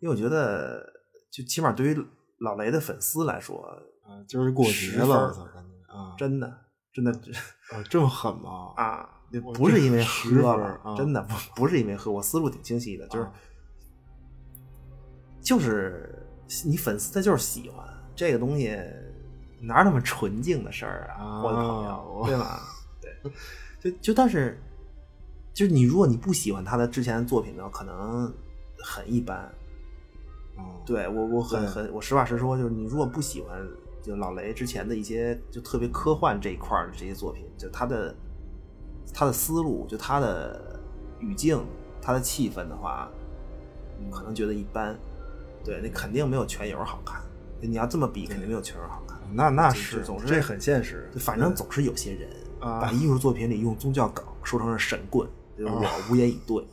Speaker 3: 因为我觉得，就起码对于老雷的粉丝来说，
Speaker 2: 啊，今儿过节了，我操，感觉啊，
Speaker 3: 真的真的
Speaker 2: 啊这么狠吗？
Speaker 3: 啊，就
Speaker 2: 我
Speaker 3: 不是因为
Speaker 2: 这十
Speaker 3: 喝
Speaker 2: 分
Speaker 3: 了，
Speaker 2: 啊
Speaker 3: 真的不不是因为喝，我思路挺清晰的，就是、
Speaker 2: 啊
Speaker 3: 就是你粉丝他就是喜欢这个东西，哪有那么纯净的事儿
Speaker 2: 啊
Speaker 3: 啊，我的朋友，
Speaker 2: 我
Speaker 3: 对吧？对，就就但是，就是你如果你不喜欢他的之前的作品呢，可能很一般，
Speaker 2: 嗯，
Speaker 3: 对我，我很
Speaker 2: 对
Speaker 3: 很，我实话实说，就是你如果不喜欢就老雷之前的一些就特别科幻这一块儿的这些作品，就他的他的思路，就他的语境，他的气氛的话，
Speaker 2: 嗯
Speaker 3: 可能觉得一般。对，那肯定没有全游好看。你要这么比，
Speaker 2: 对
Speaker 3: 肯定没有全游好看。
Speaker 2: 那那
Speaker 3: 就是总之
Speaker 2: 这很现实
Speaker 3: 就，反正
Speaker 2: 对
Speaker 3: 总是有些人
Speaker 2: 啊
Speaker 3: 把艺术作品里用宗教梗
Speaker 1: 说成是神棍，就是我无言以对。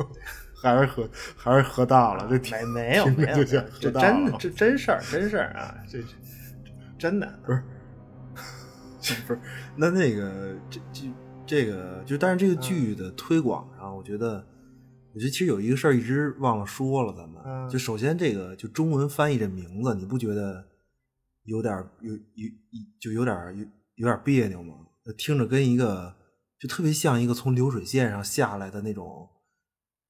Speaker 2: 还是喝还是喝大了，这
Speaker 3: 没没有没有，这真的这真事儿真事儿 啊，这这真的
Speaker 2: 不是不是。那那个这这这个就，但是这个剧的推广上，我觉得，我觉得其实有一个事儿一直忘了说了，咱们、
Speaker 3: 嗯
Speaker 2: 就首先这个就中文翻译这名字，你不觉得有点儿有有就有点儿有有点儿别扭吗？听着跟一个就特别像一个从流水线上下来的那种。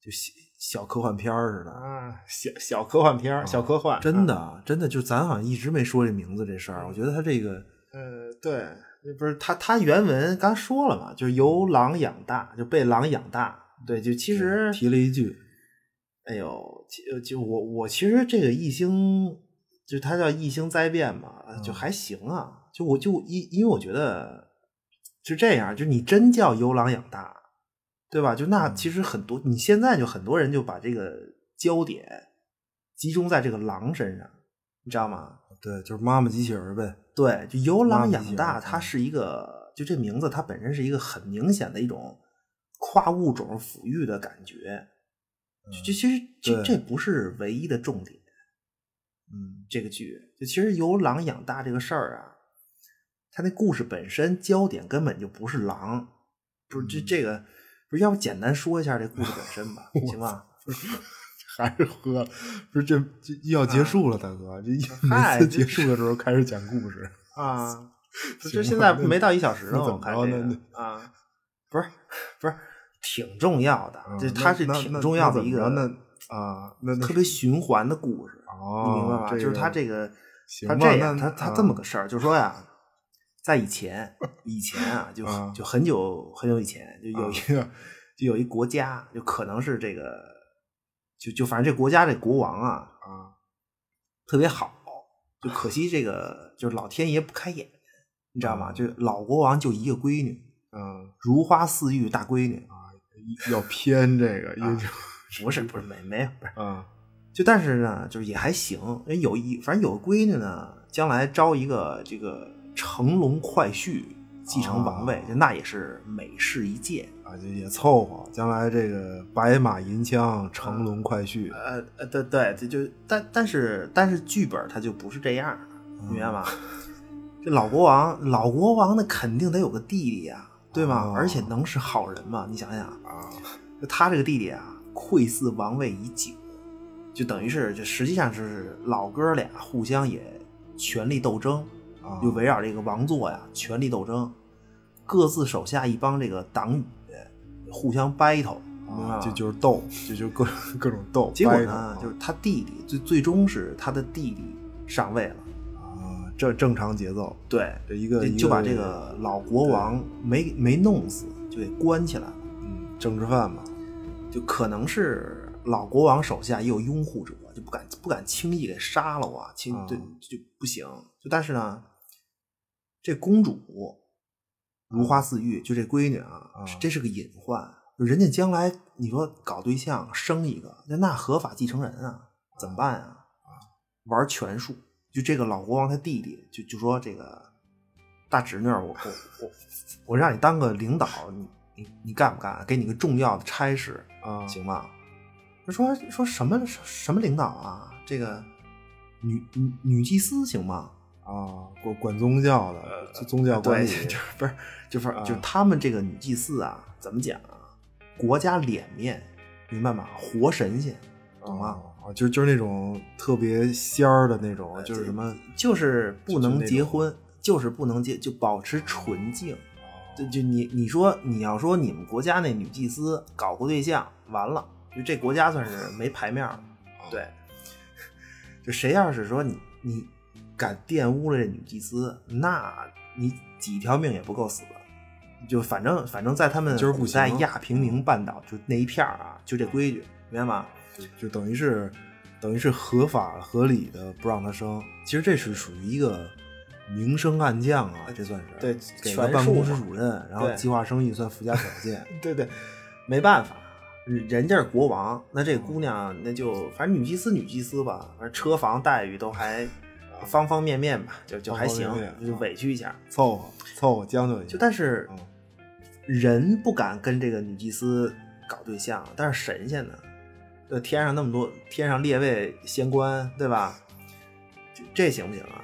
Speaker 2: 就小小科幻片儿似的，
Speaker 3: 啊，小小科幻片儿，小科 幻，
Speaker 2: 啊真
Speaker 3: 的，
Speaker 2: 的真的，就咱好像一直没说这名字这事儿。我觉得他这个
Speaker 3: 嗯呃，对，不是他他原文刚说了嘛，就是由狼养大，就被狼养大，对，就其实
Speaker 2: 嗯提了一句，
Speaker 3: 哎呦，其呃就我我其实这个异星，就它叫异星灾变嘛，
Speaker 2: 嗯
Speaker 3: 就还行啊。就我就因因为我觉得就这样，就你真叫由狼养大，对吧？就那
Speaker 2: 嗯
Speaker 3: 其实很多，你现在就很多人就把这个焦点集中在这个狼身上，你知道吗？
Speaker 2: 哦对，就是妈妈机器人儿呗。
Speaker 3: 对，就由
Speaker 2: 妈
Speaker 3: 狼
Speaker 2: 咪
Speaker 3: 养
Speaker 2: 啊
Speaker 3: 大，它是一个，就这名字它本身是一个很明显的一种跨物种抚育的感觉。就就其实这
Speaker 2: 对
Speaker 3: 这不是唯一的重点，
Speaker 2: 嗯，
Speaker 3: 这个剧就其实由狼养大这个事儿啊，它那故事本身焦点根本就不是狼，不是这这个，不是要不简单说一下这故事本身吧，行吧？
Speaker 2: 还是喝了，不是这这要结束了，大哥，这一
Speaker 3: 啊嗨
Speaker 2: 每次
Speaker 3: 这
Speaker 2: 结束的时候开始讲故事，
Speaker 3: 啊，不
Speaker 2: 行吧
Speaker 3: 是现在
Speaker 2: 那
Speaker 3: 没到一小时呢，
Speaker 2: 那怎
Speaker 3: 我
Speaker 2: 么
Speaker 3: 看
Speaker 2: 着
Speaker 3: 这
Speaker 2: 呢
Speaker 3: 个啊，不是不是挺重要的，
Speaker 2: 啊
Speaker 3: 这
Speaker 2: 那
Speaker 3: 它是
Speaker 2: 那
Speaker 3: 挺
Speaker 2: 那
Speaker 3: 重
Speaker 2: 那
Speaker 3: 要
Speaker 2: 怎
Speaker 3: 的一
Speaker 2: 么着
Speaker 3: 个
Speaker 2: 那啊，那那
Speaker 3: 特别循环的故事，
Speaker 2: 哦，
Speaker 3: 你明白吧？就是它这个，
Speaker 2: 行
Speaker 3: 它
Speaker 2: 吧
Speaker 3: 这样，
Speaker 2: 那
Speaker 3: 它它这么个
Speaker 2: 啊
Speaker 3: 事儿，就是说呀，在以前，以前啊，就
Speaker 2: 啊
Speaker 3: 就很久很久以前，就有一 个就有一国家，就可能是这个，就就反正这国家这国王啊
Speaker 2: 啊
Speaker 3: 特别好，就可惜这个就是老天爷不开眼，你知道吗？
Speaker 2: 啊
Speaker 3: 就是老国王就一个闺女，
Speaker 2: 嗯，
Speaker 3: 如花似玉大闺女，
Speaker 2: 啊要偏这个，
Speaker 3: 啊
Speaker 2: 也就
Speaker 3: 不是不是没没有不是。
Speaker 2: 啊
Speaker 3: 就但是呢，就是也还行，因为有一反正有个闺女呢，将来招一个这个乘龙快婿继承王位，
Speaker 2: 啊
Speaker 3: 就那也是美事一件。
Speaker 2: 啊，就也凑合，将来这个白马银枪，乘龙快婿，
Speaker 3: 呃呃，对对，这就但但是但是剧本它就不是这样的，明白吗？这老国王，老国王那肯定得有个弟弟呀、对吗？
Speaker 2: 哦
Speaker 3: 而且能是好人吗？你想想，
Speaker 2: 啊，
Speaker 3: 就他这个弟弟啊，窥伺王位已久，就等于是，这实际上是老哥俩互相也权力斗争，
Speaker 2: 啊
Speaker 3: 就围绕这个王座呀权力斗争，各自手下一帮这个党羽互相 battle，明白
Speaker 2: 啊
Speaker 3: 吗，
Speaker 2: 就就是斗，就就各各种斗，啊
Speaker 3: 结果
Speaker 2: 掰扯
Speaker 3: 呢，就是他弟弟最最终是他的弟弟上位了，
Speaker 2: 啊，这正常节奏，
Speaker 3: 对，
Speaker 2: 这一个
Speaker 3: 就
Speaker 2: 一
Speaker 3: 就把这个老国王没没弄死，就给关起来了，
Speaker 2: 嗯政治犯嘛，
Speaker 3: 就可能是老国王手下也有拥护者，就不敢不敢轻易给杀了我，轻
Speaker 2: 啊
Speaker 3: 对就不行。就但是呢，这公主如花似玉，就这闺女啊，
Speaker 2: 啊
Speaker 3: 这是个隐患。就人家将来你说搞对象生一个，那那合法继承人啊，怎么办啊？玩权术，就这个老国王他弟弟就就说这个大侄女儿，我我我我让你当个领导，你你你干不干？给你个重要的差事，
Speaker 2: 啊，
Speaker 3: 嗯行吧？他说说什么什么领导啊？这个女女女祭司行吗？
Speaker 2: 啊，呃管管宗教的，宗教管
Speaker 3: 对，
Speaker 2: 理，
Speaker 3: 就是不是就是、
Speaker 2: 啊
Speaker 3: 就是他们这个女祭祀啊，怎么讲啊？国家脸面，明白吗？活神仙，懂吗？
Speaker 2: 啊，啊就就是那种特别仙儿的那种，
Speaker 3: 呃
Speaker 2: 就是什么
Speaker 3: 就是不能
Speaker 2: 就
Speaker 3: 结婚，就是不能结，就保持纯净。就
Speaker 2: 对
Speaker 3: 就你你说你要说你们国家那女祭司搞过对象，完了，就这国家算是没牌面了。
Speaker 2: 啊
Speaker 3: 对，就谁要是说你你敢玷污了这女祭司，那你几条命也不够死的。就反正反正在他们
Speaker 2: 就是不
Speaker 3: 古代
Speaker 2: 行
Speaker 3: 亚平宁半岛就那一片儿啊，就这规矩，明白吗？
Speaker 2: 就就等于是等于是合法合理的不让他生，其实这是属于一个明升暗降啊，这算是
Speaker 3: 对
Speaker 2: 给
Speaker 3: 权
Speaker 2: 了办公
Speaker 3: 术
Speaker 2: 室
Speaker 3: 嘛
Speaker 2: 主任，然后
Speaker 3: 对
Speaker 2: 计划生育算附加条 件，
Speaker 3: 对对，没办法，人家是国王，那这姑娘那就反正女祭司女祭司吧，反正车房待遇都还方方面面吧，就就还行
Speaker 2: 方方面，面
Speaker 3: 就委屈一下。
Speaker 2: 凑合凑合将就一下，
Speaker 3: 就但是
Speaker 2: 嗯
Speaker 3: 人不敢跟这个女祭司搞对象，但是神仙呢？这天上那么多，天上列位仙官，对吧？这这行不行啊？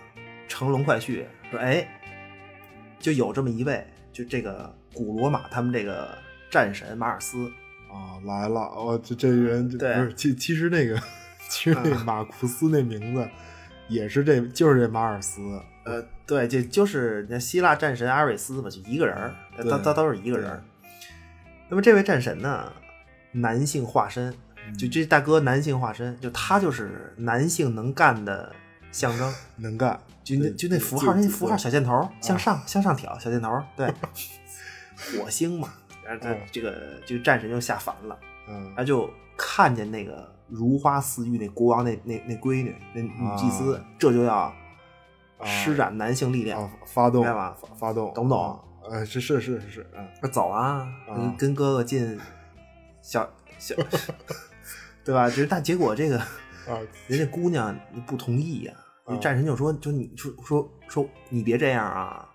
Speaker 3: 乘龙快婿说，哎，就有这么一位，就这个古罗马他们这个战神马尔斯，
Speaker 2: 啊，来了，哦，这这人就
Speaker 3: 对嗯
Speaker 2: 不是，其其实那个，其实那马库斯那名字也是这，就是这马尔斯，
Speaker 3: 呃，对，就就是那希腊战神阿瑞斯吧，就一个人儿，呃
Speaker 2: 对
Speaker 3: 他他都是一个人儿。那么这位战神呢，男性化身，
Speaker 2: 嗯
Speaker 3: 就这大哥男性化身，就他就是男性能干的象征，
Speaker 2: 能干，
Speaker 3: 就那
Speaker 2: 对
Speaker 3: 就那 符
Speaker 2: 就
Speaker 3: 号，那
Speaker 2: 就啊
Speaker 3: 符号小箭头儿向上、向上挑，小箭头儿， 对，火星嘛，然后他
Speaker 2: 嗯
Speaker 3: 这个就战神就下凡了，
Speaker 2: 嗯
Speaker 3: 然，后就看见那个如花似玉那国王那那那闺女那女祭司，
Speaker 2: 啊
Speaker 3: 这就要
Speaker 2: 啊
Speaker 3: 施展男性力量。
Speaker 2: 啊，发动，
Speaker 3: 明白吧
Speaker 2: 发发动，
Speaker 3: 懂不懂
Speaker 2: 啊？呃，是是是是是，啊，
Speaker 3: 说走啊，
Speaker 2: 啊
Speaker 3: 跟跟哥哥进小 小，对吧？就是但结果这个
Speaker 2: 啊，
Speaker 3: 人家姑娘不同意呀、
Speaker 2: 啊
Speaker 3: 战神就说就你说说说你别这样啊，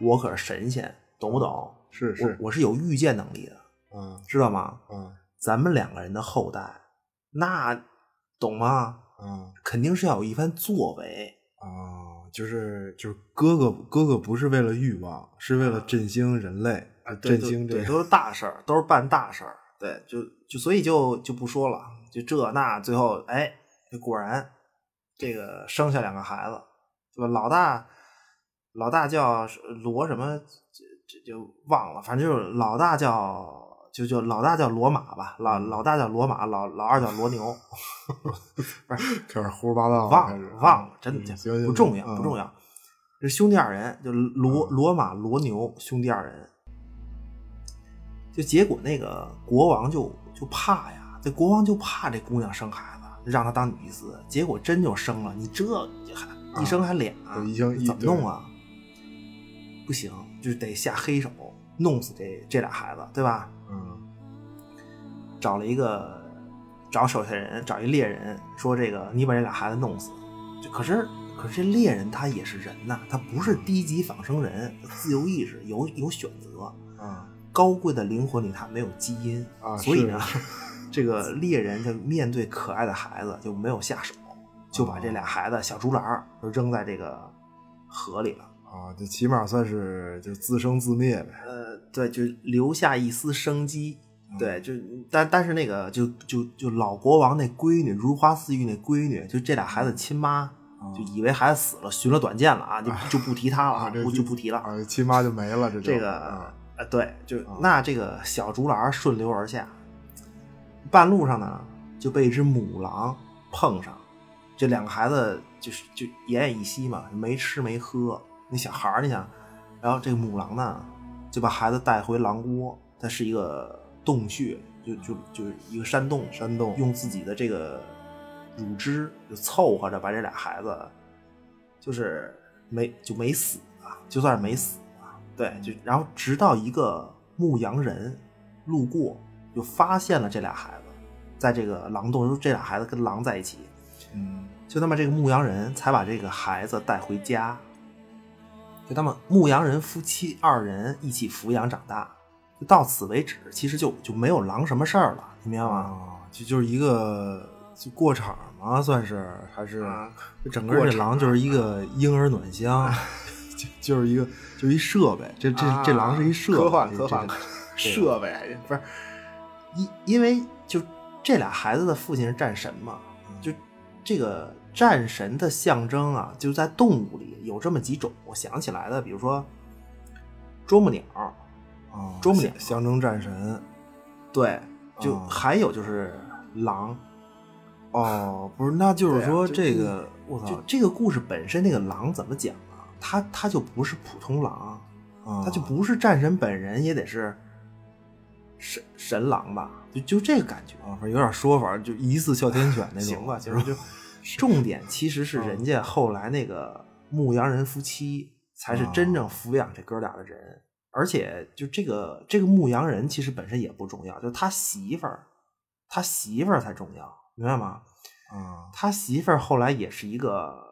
Speaker 3: 我可是神仙，懂不懂？
Speaker 2: 是
Speaker 3: 我
Speaker 2: 是，
Speaker 3: 我是有预见能力的，
Speaker 2: 啊
Speaker 3: 知道吗？
Speaker 2: 啊
Speaker 3: 咱们两个人的后代，那懂吗？
Speaker 2: 啊
Speaker 3: 肯定是要有一番作为，
Speaker 2: 啊，就是就是哥哥哥哥不是为了欲望，是为了振兴人类，振
Speaker 3: 啊对
Speaker 2: 兴这
Speaker 3: 对，
Speaker 2: 个
Speaker 3: 都是大事儿，都是办大事儿。对，就就所以就就不说了，就这那，最后哎，果然这个生下两个孩子，对吧？老大老大叫罗什么，这这就忘了，反正就是老大叫。就就老大叫罗马吧，老
Speaker 2: 嗯
Speaker 3: 老大叫罗马，老老二叫罗牛，
Speaker 2: 开始胡说八道了，
Speaker 3: 忘
Speaker 2: 开始
Speaker 3: 了忘了，真
Speaker 2: 嗯嗯
Speaker 3: 的
Speaker 2: 行行
Speaker 3: 不重要
Speaker 2: 行
Speaker 3: 不重要。这兄弟二人就罗罗马罗牛兄弟二人，就结果那个国王就就怕呀，这国王就怕这姑娘生孩子，让她当女祭司，结果真就生了。你这还一生还俩，
Speaker 2: 啊对一生一
Speaker 3: 怎么弄啊？不行，就是得下黑手弄死这这俩孩子，对吧？
Speaker 2: 嗯
Speaker 3: 找了一个找手下人，找一猎人，说这个你把这俩孩子弄死。这可是可是这猎人他也是人呐、他不是低级仿生人，他自由意识有有选择，
Speaker 2: 啊
Speaker 3: 高贵的灵魂里他没有基因
Speaker 2: 啊
Speaker 3: 所以呢，这个猎人就面对可爱的孩子就没有下手，就把这俩孩子小竹篮儿就扔在这个河里了。
Speaker 2: 啊，这起码算是就自生自灭呗，
Speaker 3: 呃，对，就留下一丝生机。
Speaker 2: 嗯
Speaker 3: 对，就但但是那个就就就老国王那闺女如花似玉那闺女，就这俩孩子亲妈，就以为孩子死了，寻了短见了啊，就就不提他了
Speaker 2: 啊
Speaker 3: 啊，
Speaker 2: 这
Speaker 3: 不就不提了。
Speaker 2: 啊，亲妈就没了，这就
Speaker 3: 这个
Speaker 2: 啊
Speaker 3: 呃，对，就那这个小竹篮顺流而下，半路上呢就被一只母狼碰上，这两个孩子就是就奄奄一息嘛，没吃没喝，那小孩儿你想，然后这个母狼呢就把孩子带回狼窝，它是一个洞穴，就就就是一个山洞，
Speaker 2: 山洞
Speaker 3: 用自己的这个乳汁就凑合着把这俩孩子，就是没就没死啊，就算是没死啊，对，就然后直到一个牧羊人路过，就发现了这俩孩子在这个狼洞，就这俩孩子跟狼在一起，
Speaker 2: 嗯
Speaker 3: 就他妈这个牧羊人才把这个孩子带回家，就他们牧羊人夫妻二人一起抚养长大，就到此为止，其实就就没有狼什么事儿了，你明白吗？
Speaker 2: 啊，就就是一个就过场嘛，算是还是
Speaker 3: 啊
Speaker 2: 就整个这狼就是一个婴儿暖箱，就就是一个就是一设备，这这这狼是一设备，
Speaker 3: 啊科幻
Speaker 2: 这
Speaker 3: 科幻
Speaker 2: 这
Speaker 3: 设备还是不是？因因为就这俩孩子的父亲是战神嘛，
Speaker 2: 嗯
Speaker 3: 就这个战神的象征啊，就在动物里有这么几种，我想起来的，比如说啄木鸟，
Speaker 2: 啊，
Speaker 3: 啄木鸟
Speaker 2: 象象征战神
Speaker 3: 对，就
Speaker 2: 哦
Speaker 3: 还有就是狼，
Speaker 2: 哦，不是，那就是说
Speaker 3: 对啊就
Speaker 2: 这个我
Speaker 3: 就
Speaker 2: 操
Speaker 3: 这个故事本身，那个狼怎么讲啊？它它就不是普通狼，
Speaker 2: 啊，
Speaker 3: 它就不是战神本人，也得是神神狼吧？就就这个感觉。
Speaker 2: 啊，反正有点说法，就疑似哮天犬那种，
Speaker 3: 行吧，行
Speaker 2: 是
Speaker 3: 吧，就重点其实是人家后来那个牧羊人夫妻才是真正抚养这哥俩的人，而且就这个这个牧羊人其实本身也不重要，就他媳妇儿，他媳妇儿才重要，明白吗？
Speaker 2: 啊
Speaker 3: 他媳妇儿后来也是一个，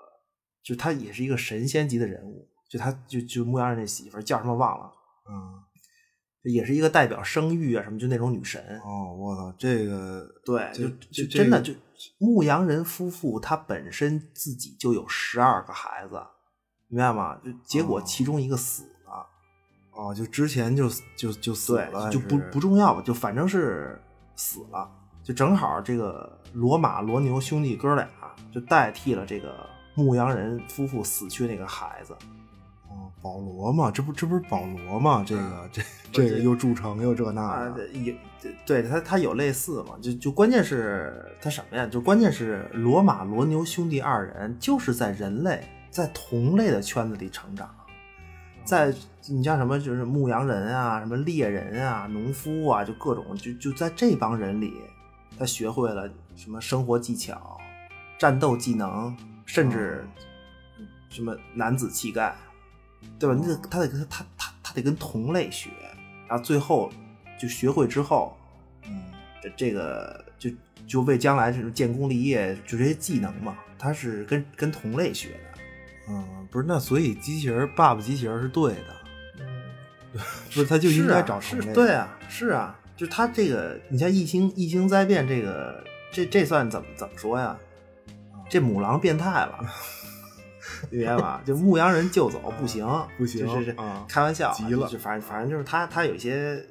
Speaker 3: 就他也是一个神仙级的人物，就他就就牧羊人那媳妇儿叫什么忘了，
Speaker 2: 啊
Speaker 3: 也是一个代表生育啊什么，就那种女神。
Speaker 2: 哦，我操，这个
Speaker 3: 对，
Speaker 2: 这
Speaker 3: 就
Speaker 2: 这
Speaker 3: 就真的
Speaker 2: 这
Speaker 3: 就牧羊人夫妇，他本身自己就有十二个孩子，明白吗？就结果
Speaker 2: 哦
Speaker 3: 其中一个死了，
Speaker 2: 哦，就之前就就就死
Speaker 3: 对
Speaker 2: 了，，
Speaker 3: 就
Speaker 2: 还
Speaker 3: 不
Speaker 2: 是
Speaker 3: 不重要吧，就反正是死了，就正好这个罗马罗牛兄弟哥俩啊就代替了这个牧羊人夫妇死去那个孩子。
Speaker 2: 哦，保罗嘛，这不这不是保罗嘛？这
Speaker 3: 嗯
Speaker 2: 个这这个
Speaker 3: 这
Speaker 2: 又筑城又这那
Speaker 3: 啊，
Speaker 2: 的，
Speaker 3: 对有对对他他有类似嘛？就就关键是他什么呀？就关键是罗马罗牛兄弟二人就是在人类在同类的圈子里成长，在你像什么就是牧羊人啊、什么猎人啊、农夫啊，就各种就就在这帮人里，他学会了什么生活技巧、战斗技能，甚至什么男子气概，对吧？你得他得跟他他他得跟同类学，然后最后就学会之后，
Speaker 2: 嗯，
Speaker 3: 这这个就就为将来这种建功立业，就这些技能嘛，他是跟跟同类学的。
Speaker 2: 嗯，不是，那所以机器人爸爸机器人是对的， 不是他
Speaker 3: 就
Speaker 2: 就应该找
Speaker 3: 嗯是
Speaker 2: 同
Speaker 3: 啊
Speaker 2: 类
Speaker 3: 是
Speaker 2: 的
Speaker 3: 对，啊，是啊，就他这个，你像异星异星灾变这个，这这算怎么怎么说呀？这母狼变态了，你明白吧？就牧羊人 救走啊不行，
Speaker 2: 不行
Speaker 3: 就是这
Speaker 2: 啊
Speaker 3: 开玩笑啊，
Speaker 2: 急了
Speaker 3: 就反正反正就是他他有一些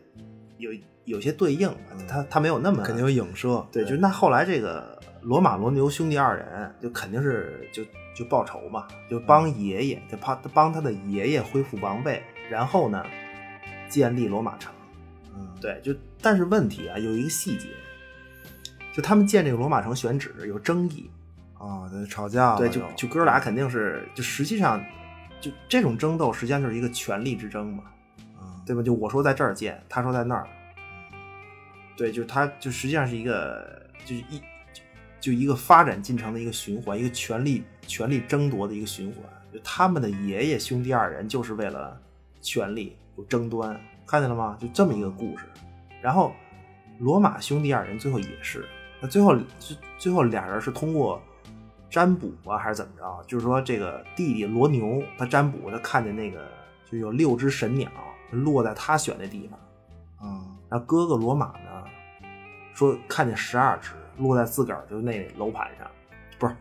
Speaker 3: 有有些对应吧，他他没有那么
Speaker 2: 肯定有影射，
Speaker 3: 对，就那后来这个罗马罗牛兄弟二人就肯定是就就报仇嘛，就帮爷爷，就帮帮他的爷爷恢复王位，然后呢，建立罗马城。
Speaker 2: 嗯
Speaker 3: 对，就但是问题啊，有一个细节，就他们建这个罗马城选址有争议，
Speaker 2: 啊，对，吵架了
Speaker 3: 对，就
Speaker 2: 又
Speaker 3: 就哥俩肯定是就实际上就这种争斗实际上就是一个权力之争嘛，
Speaker 2: 嗯
Speaker 3: 对吧？就我说在这儿建，他说在那儿，对，就是他就实际上是一个就是一就就一个发展进程的一个循环，一个权力权力争夺的一个循环。就他们的爷爷兄弟二人就是为了权力有争端，看见了吗？就这么一个故事。然后罗马兄弟二人最后也是，那最后最最后俩人是通过占卜啊，还是怎么着？就是说这个弟弟罗牛他占卜，他看见那个就有六只神鸟落在他选的地方，
Speaker 2: 嗯
Speaker 3: 然后哥哥罗马呢说看见十二只落在自个儿就那楼盘上，不是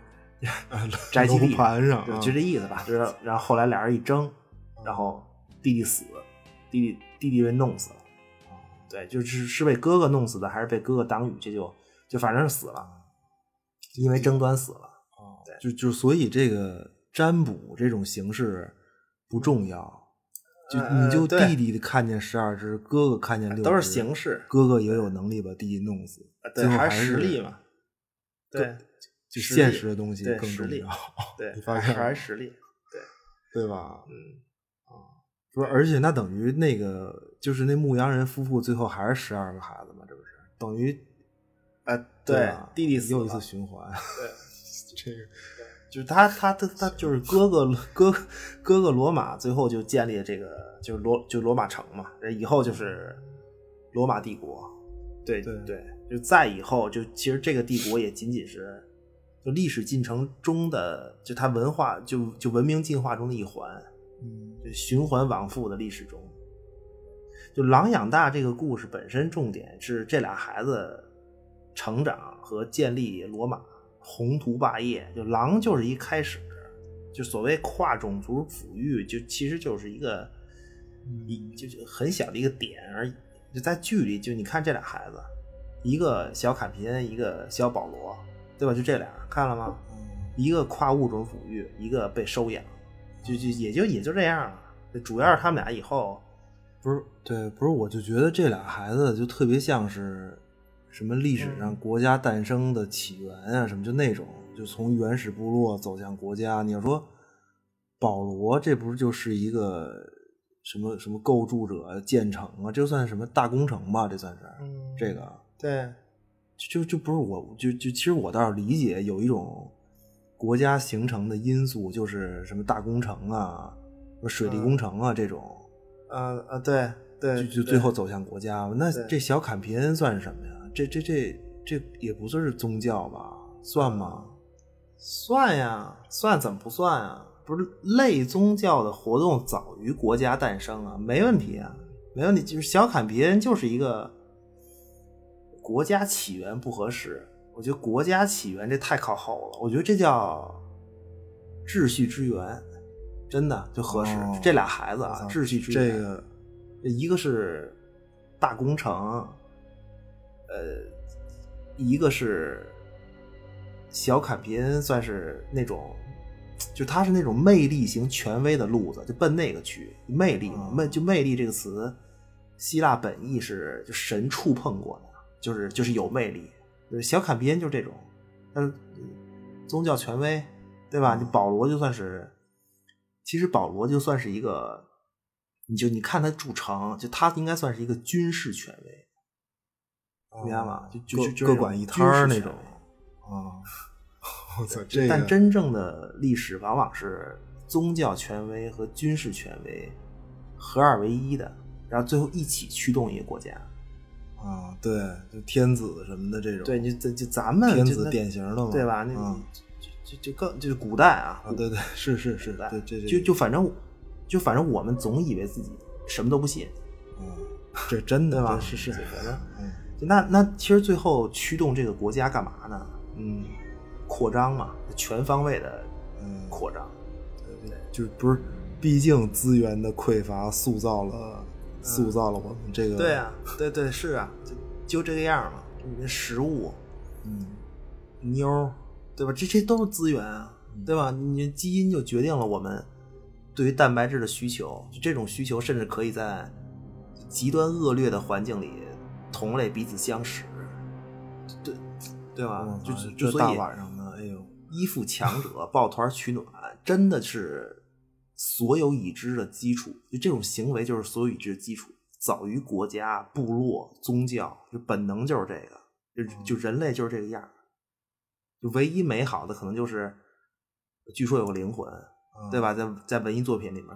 Speaker 3: 宅基地
Speaker 2: 楼盘上
Speaker 3: 对
Speaker 2: 啊
Speaker 3: 就这意思吧。就是然后后来俩人一争，然后弟弟死，弟弟弟弟被弄死了。嗯对，就是是被哥哥弄死的，还是被哥哥挡雨？这就就反正是死了，因为争端死了。
Speaker 2: 嗯就就所以这个占卜这种形式不重要，就
Speaker 3: 呃
Speaker 2: 你就
Speaker 3: 对
Speaker 2: 弟弟看见十二只，哥哥看见六只，
Speaker 3: 都是形式呃
Speaker 2: 哥哥也有能力把弟弟弄死，
Speaker 3: 对，
Speaker 2: 最后
Speaker 3: 还
Speaker 2: 是
Speaker 3: 实力，嘛，对
Speaker 2: 就
Speaker 3: 实
Speaker 2: 现
Speaker 3: 力
Speaker 2: 实的东西
Speaker 3: 对
Speaker 2: 更
Speaker 3: 实
Speaker 2: 重
Speaker 3: 力
Speaker 2: 要，
Speaker 3: 对，
Speaker 2: 发
Speaker 3: 还
Speaker 2: 现了
Speaker 3: 还是实力，
Speaker 2: 对吧？啊
Speaker 3: 嗯，
Speaker 2: 不是，而且那等于那个就是那牧羊人夫妇最后还是十二个孩子嘛，这不是等于
Speaker 3: 啊，
Speaker 2: 吧
Speaker 3: 弟弟死
Speaker 2: 又一次
Speaker 3: 了，
Speaker 2: 循环，这个
Speaker 3: 就是他他他他就是哥哥 哥哥哥罗马最后就建立了这个就是罗就罗马城嘛，以后就是罗马帝国，对
Speaker 2: 对
Speaker 3: 对，就再以后就其实这个帝国也仅仅是就历史进程中的就它文化就就文明进化中的一环，
Speaker 2: 嗯
Speaker 3: 就循环往复的历史中。就狼养大这个故事本身重点是这俩孩子成长和建立罗马宏图霸业。就狼就是一开始，就所谓跨种族抚育，就其实就是一个一就是很小的一个点而已。就在剧里，就你看这俩孩子，一个小坎皮恩，一个小保罗，对吧？就这俩，看了吗？
Speaker 2: 嗯
Speaker 3: 一个跨物种抚育，一个被收养，就就也就也就这样了。主要是他们俩以后，
Speaker 2: 不是对，不是，我就觉得这俩孩子就特别像是什么历史上
Speaker 3: 嗯
Speaker 2: 国家诞生的起源啊，什么就那种，就从原始部落走向国家。你要说保罗，这不是就是一个什么什么构筑者、建成啊，这算什么大工程吧？这算是、
Speaker 3: 嗯
Speaker 2: 这个。
Speaker 3: 对
Speaker 2: 就就就不是我，就就其实我倒是理解有一种国家形成的因素，就是什么大工程啊、什么水利工程啊、这种，啊
Speaker 3: 呃呃，对对，
Speaker 2: 就就最后走向国家。那
Speaker 3: 对
Speaker 2: 这小坎皮恩算什么呀？这这这这也不算是宗教吧？算吗？
Speaker 3: 算呀，算怎么不算啊？不是类宗教的活动早于国家诞生啊，没问题啊。没有你就是小砍别人就是一个国家起源不合适。我觉得国家起源这太靠后了，我觉得这叫秩序之源，真的就合适。
Speaker 2: 哦
Speaker 3: 这俩孩子啊，秩序之源，
Speaker 2: 这个
Speaker 3: 一个是大工程，呃，一个是小坎皮恩，算是那种，就他是那种魅力型权威的路子，就奔那个去。魅力嘛，
Speaker 2: 哦
Speaker 3: 魅就魅力这个词，希腊本意是就神触碰过的，就是就是有魅力。就是小坎皮恩就是这种，但是嗯宗教权威，对吧？你保罗就算是，其实保罗就算是一个，你就你看他筑城，就他应该算是一个军事权威，明白吗？就就
Speaker 2: 各
Speaker 3: 就就
Speaker 2: 各
Speaker 3: 是
Speaker 2: 管一
Speaker 3: 军
Speaker 2: 摊儿
Speaker 3: 事
Speaker 2: 那
Speaker 3: 权
Speaker 2: 种
Speaker 3: 威
Speaker 2: 啊，我操，这
Speaker 3: 但
Speaker 2: 个
Speaker 3: 真正的历史往往是宗教权威和军事权威合二为一的，然后最后一起驱动一个国家。
Speaker 2: 啊，对，就天子什么的这种，
Speaker 3: 对，就就就咱们
Speaker 2: 天
Speaker 3: 就
Speaker 2: 子
Speaker 3: 那
Speaker 2: 典型的嘛，
Speaker 3: 对吧？那、
Speaker 2: 啊
Speaker 3: 就就就更就是古代嗯啊，
Speaker 2: 啊，对对，是是是，
Speaker 3: 古代
Speaker 2: 对这这
Speaker 3: 就就反正就反正我们总以为自己什么都不信，
Speaker 2: 嗯，这真的
Speaker 3: 对吧
Speaker 2: 这是是
Speaker 3: 就，反正
Speaker 2: 嗯
Speaker 3: 就那那其实最后驱动这个国家干嘛呢？
Speaker 2: 嗯
Speaker 3: 扩张嘛，全方位的
Speaker 2: 嗯，
Speaker 3: 扩张。
Speaker 2: 就不是，毕竟资源的匮乏塑造了塑造了我们这个，
Speaker 3: 呃对，啊，对对是啊，就就这个样嘛。你的食物，
Speaker 2: 嗯，妞儿，
Speaker 3: 对吧？这些都是资源啊，
Speaker 2: 嗯
Speaker 3: 对吧？你基因就决定了我们对于蛋白质的需求，就这种需求甚至可以在极端恶劣的环境里，同类彼此相食，对对吧
Speaker 2: 我？
Speaker 3: 啊就
Speaker 2: 操
Speaker 3: 是
Speaker 2: 这
Speaker 3: 嗯就所
Speaker 2: 大
Speaker 3: 以
Speaker 2: 晚上的，哎呦，
Speaker 3: 依附强者，抱团取暖，真的是所有已知的基础。就这种行为就是所有已知的基础，早于国家、部落、宗教，就本能就是这个，就就人类就是这个样儿。就唯一美好的可能就是，据说有个灵魂，
Speaker 2: 嗯
Speaker 3: 对吧？在在文艺作品里面，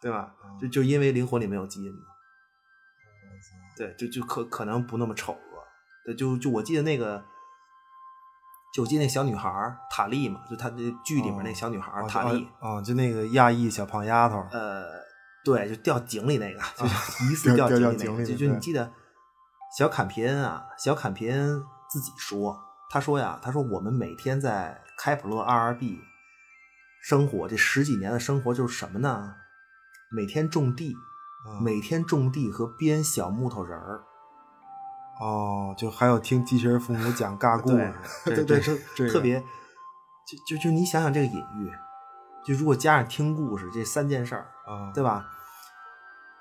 Speaker 3: 对吧？就
Speaker 2: 嗯
Speaker 3: 就因为灵魂里面有基因嘛。对，就就可可能不那么丑恶。对，就就我记得那个，就我记得那小女孩儿塔莉嘛，就她这剧里面那小女孩儿、
Speaker 2: 啊
Speaker 3: 塔
Speaker 2: 就
Speaker 3: 莉，
Speaker 2: 啊，啊就那个亚裔小胖丫头，
Speaker 3: 呃，对，就掉井里那个，就疑似
Speaker 2: 啊掉
Speaker 3: 井
Speaker 2: 掉
Speaker 3: 里那
Speaker 2: 井
Speaker 3: 个，
Speaker 2: 里
Speaker 3: 就
Speaker 2: 的
Speaker 3: 就你
Speaker 2: 对
Speaker 3: 记得小坎皮恩啊，小坎皮恩自己说，他说呀，他说我们每天在开普勒 RRB 生活，这十几年的生活就是什么呢？每天种地，
Speaker 2: 啊
Speaker 3: 每天种地和编小木头人儿。
Speaker 2: 哦，就还有听机器人父母讲尬故 事，
Speaker 3: 对啊
Speaker 2: 这
Speaker 3: 对，
Speaker 2: 这
Speaker 3: 就
Speaker 2: 这个
Speaker 3: 特别，就就就你想想这个隐喻，就如果加上听故事这三件事儿，
Speaker 2: 啊，
Speaker 3: 对吧？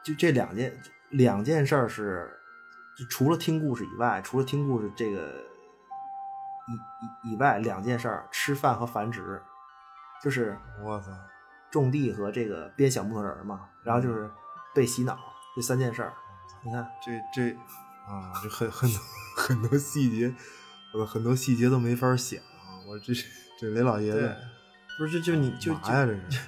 Speaker 3: 就这两件两件事儿是，就除了听故事以外，除了听故事这个以以以外，两件事儿，吃饭和繁殖，就是
Speaker 2: 我操，
Speaker 3: 种地和这个编小木头人儿嘛，然后就是被洗脑这三件事儿，你看。
Speaker 2: 这这啊，这很很多 很多细节，我的很多细节都没法想，啊我这这雷老爷
Speaker 3: 对
Speaker 2: 子，
Speaker 3: 不是，就就你就
Speaker 2: 嘛呀这是？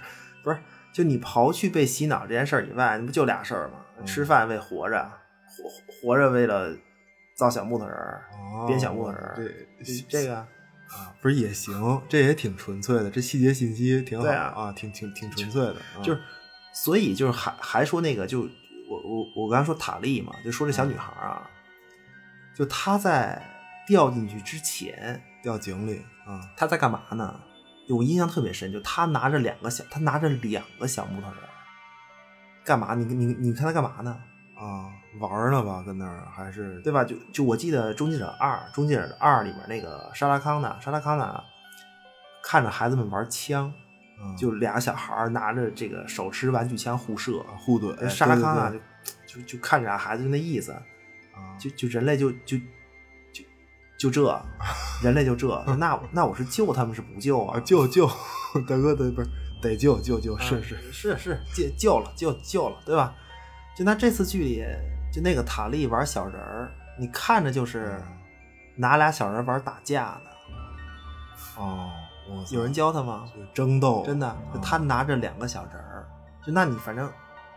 Speaker 3: 不是，就你刨去被洗脑这件事儿以外，那不就俩事儿吗？
Speaker 2: 嗯
Speaker 3: 吃饭为活着，活活着为了造小木头人儿，
Speaker 2: 哦
Speaker 3: 编小木头人儿。
Speaker 2: 这
Speaker 3: 这这个
Speaker 2: 啊，不是也行，这也挺纯粹的，这细节信息挺好
Speaker 3: 对啊
Speaker 2: 挺挺挺纯粹的，啊
Speaker 3: 就是，所以就是还还说那个，就我我我刚才说塔利嘛，就说这小女孩儿啊，就她在掉进去之前，
Speaker 2: 掉井里啊，
Speaker 3: 她在干嘛呢？就我印象特别深，就她拿着两个小，她拿着两个小木头人儿，干嘛？你你你看她干嘛呢？
Speaker 2: 啊，玩儿呢吧，跟那儿还是
Speaker 3: 对吧？就就我记得《终结者二》《终结者二》里面那个莎拉康纳，莎拉康纳看着孩子们玩枪，
Speaker 2: 嗯
Speaker 3: 就俩小孩儿拿着这个手持玩具枪互射，
Speaker 2: 啊互怼，
Speaker 3: 莎拉
Speaker 2: 对对
Speaker 3: 康纳
Speaker 2: 对
Speaker 3: 就就就看着俩孩子就那意思，
Speaker 2: 啊
Speaker 3: 就就人类就就就就这，人类 就这，那我那我是救他们是不救啊
Speaker 2: 啊？救救，大哥得不是得救救救，
Speaker 3: 啊
Speaker 2: 是是，
Speaker 3: 是是救救了救救了，对吧？就那这次剧里，就那个塔利玩小人儿，你看着就是
Speaker 2: 嗯
Speaker 3: 拿俩小人儿玩打架呢。
Speaker 2: 哦，我操
Speaker 3: 有人教他吗？
Speaker 2: 就争斗， 啊
Speaker 3: 真的，就他拿着两个小人儿，就那你反正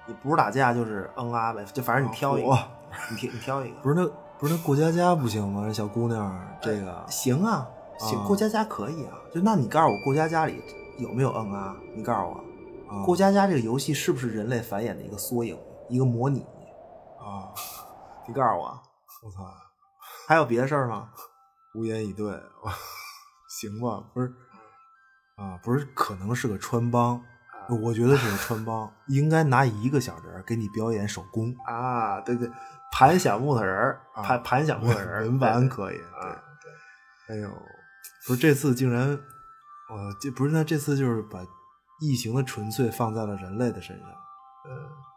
Speaker 3: 你不是打架就是嗯啊呗，就反正你挑一个，
Speaker 2: 啊
Speaker 3: 你挑你挑一个，
Speaker 2: 不是那不是那过家家不行吗？这小姑娘这个
Speaker 3: 行啊，行，
Speaker 2: 啊
Speaker 3: 过家家可以啊。就那你告诉我，过家家里有没有嗯啊？你告诉我，
Speaker 2: 啊
Speaker 3: 过家家这个游戏是不是人类繁衍的一个缩影，一个模拟？
Speaker 2: 啊！
Speaker 3: 你告诉我，
Speaker 2: 我操，
Speaker 3: 还有别的事儿吗？
Speaker 2: 无言以对， 行吧？不是啊，不是，可能是个穿帮，
Speaker 3: 啊
Speaker 2: 我觉得是个穿帮， 应该拿一个小人儿给你表演手工。
Speaker 3: 啊，对对，盘小木头人儿，
Speaker 2: 啊
Speaker 3: 盘盘小木头人儿，
Speaker 2: 文玩
Speaker 3: 对
Speaker 2: 可以，对
Speaker 3: 啊，
Speaker 2: 哎呦，不是这次竟然，我这不是那这次就是把异形的纯粹放在了人类的身上，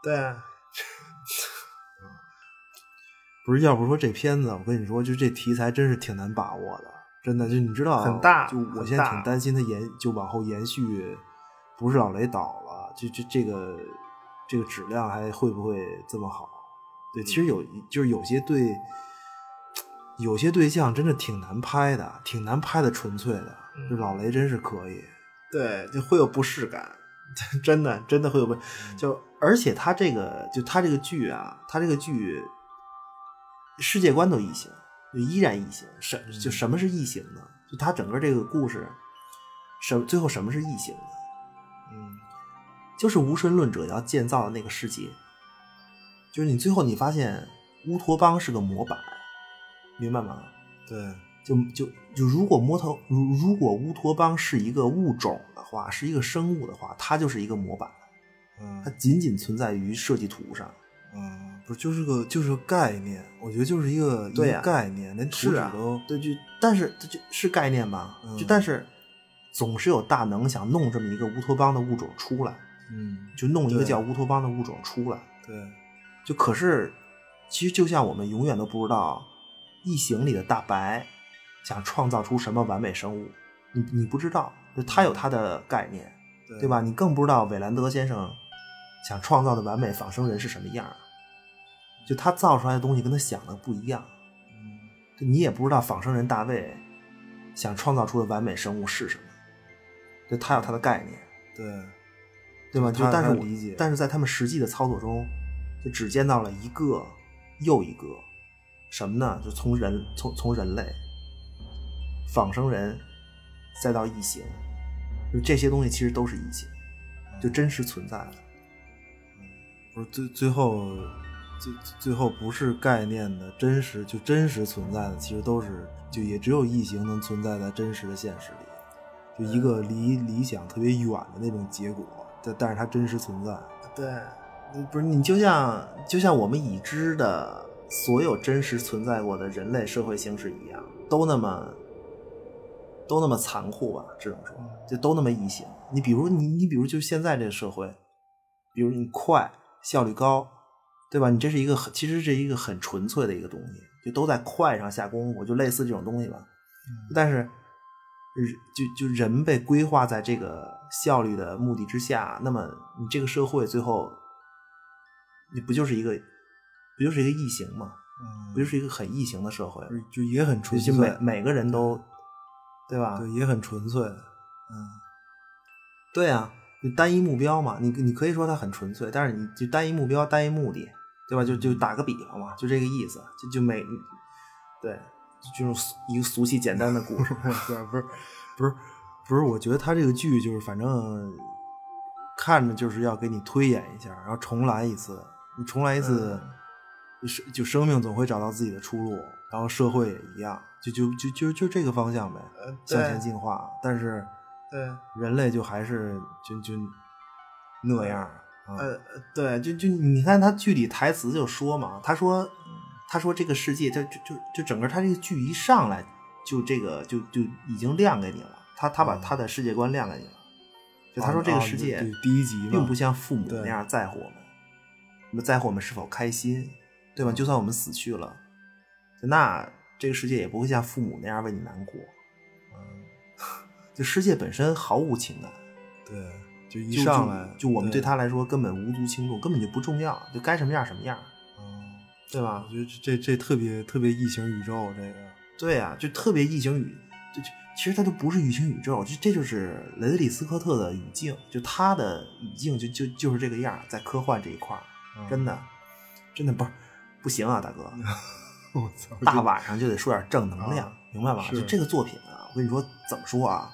Speaker 3: 对啊，
Speaker 2: 不是要不说这片子，我跟你说，就这题材真是挺难把握的，真的就你知道
Speaker 3: 很大
Speaker 2: 就我
Speaker 3: 很
Speaker 2: 现在
Speaker 3: 大
Speaker 2: 挺担心它延就往后延续，不是老雷导了，就就这个这个质量还会不会这么好？对，其实
Speaker 3: 嗯
Speaker 2: 有一就是有些对有些对象真的挺难拍的，挺难拍的纯粹的，就
Speaker 3: 嗯
Speaker 2: 老雷真是可以，
Speaker 3: 对，就会有不适感， 真的真的会有不，
Speaker 2: 嗯
Speaker 3: 就而且他这个就他这个剧啊，他这个剧世界观都异形，就依然异形，什就什么是异形呢？就他整个这个故事，什最后什么是异形呢？
Speaker 2: 嗯，
Speaker 3: 就是无神论者要建造的那个世界，就是你最后你发现乌托邦是个模板，明白吗？
Speaker 2: 对，
Speaker 3: 就就就如果摩头如如果乌托邦是一个物种的话，是一个生物的话，它就是一个模板，
Speaker 2: 嗯
Speaker 3: 它仅仅存在于设计图上。
Speaker 2: 嗯，不是就是个就是个概念，我觉得就是一个
Speaker 3: 对
Speaker 2: 一个
Speaker 3: 呀
Speaker 2: 概念，连图
Speaker 3: 是
Speaker 2: 纸
Speaker 3: 啊
Speaker 2: 都
Speaker 3: 对，就但是这就是概念吧，
Speaker 2: 嗯
Speaker 3: 就但是总是有大能想弄这么一个乌托邦的物种出来，
Speaker 2: 嗯，
Speaker 3: 就弄一个
Speaker 2: 对
Speaker 3: 叫乌托邦的物种出来。
Speaker 2: 对，
Speaker 3: 就可是，其实就像我们永远都不知道，《异形》里的大白想创造出什么完美生物，你你不知道，就他有他的概念，
Speaker 2: 对
Speaker 3: 对吧？？你更不知道韦兰德先生想创造的完美仿生人是什么样儿，啊就他造出来的东西跟他想的不一样，
Speaker 2: 嗯
Speaker 3: 就你也不知道仿生人大卫想创造出的完美生物是什么，就他有他的概念。
Speaker 2: 对，
Speaker 3: 对吧？
Speaker 2: 就
Speaker 3: 就
Speaker 2: 他
Speaker 3: 但是
Speaker 2: 他
Speaker 3: 我
Speaker 2: 理解
Speaker 3: 但是在他们实际的操作中，就只见到了一个又一个什么呢？就从人从从人类、仿生人，再到异形，就这些东西其实都是异形，就真实存在的。
Speaker 2: 不是最最后最最后不是概念的真实，就真实存在的，其实都是就也只有异形能存在在真实的现实里，就一个离理想特别远的那种结果，但但是它真实存在。
Speaker 3: 对，不是你就像就像我们已知的所有真实存在过的人类社会形式一样，都那么都那么残酷吧，只能说
Speaker 2: 嗯
Speaker 3: 就都那么异形。你比如你你比如就现在这个社会，比如你快效率高，对吧？你这是一个很其实是一个很纯粹的一个东西，就都在快上下功夫，就类似这种东西吧。但是人就就人被规划在这个效率的目的之下，那么你这个社会最后，你不就是一个不就是一个异形吗？
Speaker 2: 嗯
Speaker 3: 不就是一个很异形的社会？
Speaker 2: 就也很
Speaker 3: 就
Speaker 2: 纯
Speaker 3: 是
Speaker 2: 粹，
Speaker 3: 每每个人都，对吧？
Speaker 2: 对，也很纯粹。嗯，
Speaker 3: 对啊，就单一目标嘛，你你可以说它很纯粹，但是你就单一目标、单一目的，对吧？就就打个比方嘛，就这个意思，就就每对，就这种一个俗气简单的故事。
Speaker 2: 我操， 不是，不是，不是，我觉得他这个剧就是反正看着就是要给你推演一下，然后重来一次，你重来一次，
Speaker 3: 嗯
Speaker 2: 生、就生命总会找到自己的出路，然后社会也一样，就就就就就这个方向呗，向前进化。但是
Speaker 3: 呃对。
Speaker 2: 人类就还是就就那样儿啊，
Speaker 3: 呃，对，就就你看他剧里台词就说嘛，他
Speaker 2: 嗯
Speaker 3: 说他说这个世界，就就就就整个他这个剧一上来就这个就就已经亮给你了，他他把
Speaker 2: 嗯
Speaker 3: 他的世界观亮给你了，就他说这个世界
Speaker 2: 啊对第一集嘛
Speaker 3: 并不像父母
Speaker 2: 对
Speaker 3: 那样在乎我们，那么在乎我们是否开心，
Speaker 2: 嗯
Speaker 3: 对吧？就算我们死去了，那这个世界也不会像父母那样为你难过，嗯 就世界本身毫无情感。
Speaker 2: 对，就一
Speaker 3: 就
Speaker 2: 上来
Speaker 3: 就就我们对
Speaker 2: 对
Speaker 3: 他来说根本无足轻重，根本就不重要，就该什么样什么样，
Speaker 2: 嗯
Speaker 3: 对吧
Speaker 2: 我？觉得这这这特别特别异形宇宙这个。
Speaker 3: 对啊，就特别异形宇，就就其实它就不是异形宇宙，这这就是雷德里·斯科特的语境，就他的语境就就就是这个样儿，在科幻这一块儿，
Speaker 2: 嗯
Speaker 3: 真的真的不是不行啊，大哥，
Speaker 2: 我操，
Speaker 3: 大晚上就得说点正能量，明白吧？
Speaker 2: 是
Speaker 3: 就这个作品啊，我跟你说怎么说啊，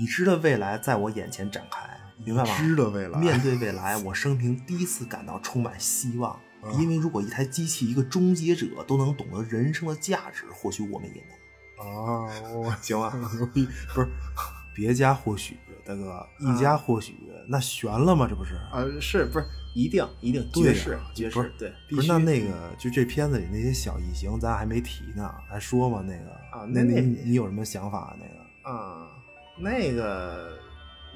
Speaker 3: 已知的未来在我眼前展开，明白吗？
Speaker 2: 嗯知的未来，
Speaker 3: 面对未来，我生平第一次感到充满希望。
Speaker 5: 因为如果一台机器、一个终结者都能懂得人生的价值，或许我们也能。
Speaker 2: 啊，我
Speaker 5: 行
Speaker 3: 嗯
Speaker 5: 吧，
Speaker 2: 不 是，别加或许，大哥，一加或许，那悬了吗？这不是？
Speaker 3: 啊，是不是一定一定
Speaker 2: 对
Speaker 3: 绝
Speaker 2: 呀
Speaker 3: 世绝
Speaker 2: 不是
Speaker 3: 世对，必
Speaker 2: 不是，
Speaker 3: 须
Speaker 2: 那那个就这片子里那些小异形，咱还没提呢，还说吗？那个
Speaker 3: 啊
Speaker 2: 那
Speaker 3: 那
Speaker 2: 你你有什么想法啊？那个，
Speaker 3: 啊，那个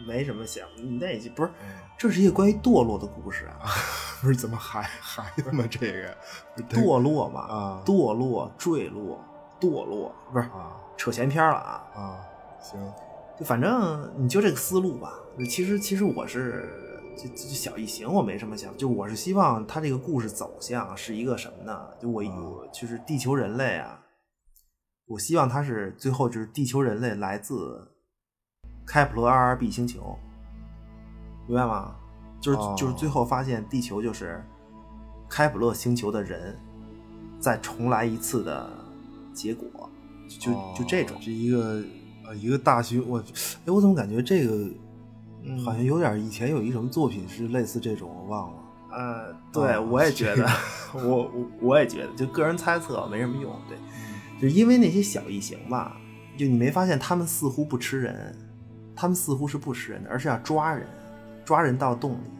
Speaker 3: 没什么想，那已经不是
Speaker 2: 嗯，
Speaker 3: 这是一个关于堕落的故事啊，
Speaker 2: 不是怎么还还他妈这 个
Speaker 3: 堕落嘛
Speaker 2: 啊
Speaker 3: 堕落、坠落、堕落，不是
Speaker 2: 啊
Speaker 3: 扯闲篇儿了啊，
Speaker 2: 啊？行，
Speaker 3: 就反正你就这个思路吧。其实其实我是就就就小异形，我没什么想，就我是希望他这个故事走向是一个什么呢？就我、我
Speaker 2: 啊
Speaker 3: 就是地球人类啊，我希望他是最后就是地球人类来自开普勒 r r b 星球，明白吗？就是、
Speaker 2: 哦
Speaker 3: 就是最后发现地球就是开普勒星球的人再重来一次的结果，就就就这种。
Speaker 2: 这一个呃一个大循我，哎，哦我怎么感觉这个
Speaker 3: 嗯
Speaker 2: 好像有点以前有一什么作品是类似这种，我忘了。
Speaker 3: 呃，对，
Speaker 2: 哦
Speaker 3: 我也觉得，我我我也觉得，就个人猜测没什么用。对，
Speaker 2: 嗯
Speaker 3: 就因为那些小异形吧，就你没发现他们似乎不吃人，他们似乎是不吃人的，而是要抓人，抓人到洞里，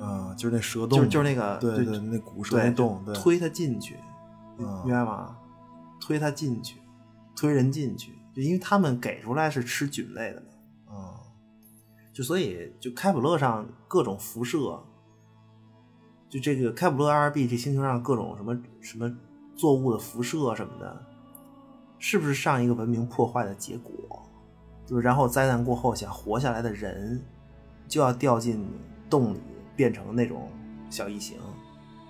Speaker 2: 嗯，就是那蛇洞
Speaker 3: 就
Speaker 2: 嘛，
Speaker 3: 就是那个
Speaker 2: 对
Speaker 3: 就
Speaker 2: 对，那骨蛇
Speaker 3: 对
Speaker 2: 那洞，对，
Speaker 3: 推他进去，
Speaker 2: 嗯
Speaker 3: 明白吗？推他进去，推人进去，就因为他们给出来是吃菌类的嘛。
Speaker 2: 嗯
Speaker 3: 就所以就开普勒上各种辐射，就这个开普勒 r b 这星球上各种什么什么作物的辐射什么的，是不是上一个文明破坏的结果？就是然后灾难过后想活下来的人，就要掉进洞里变成那种小异形。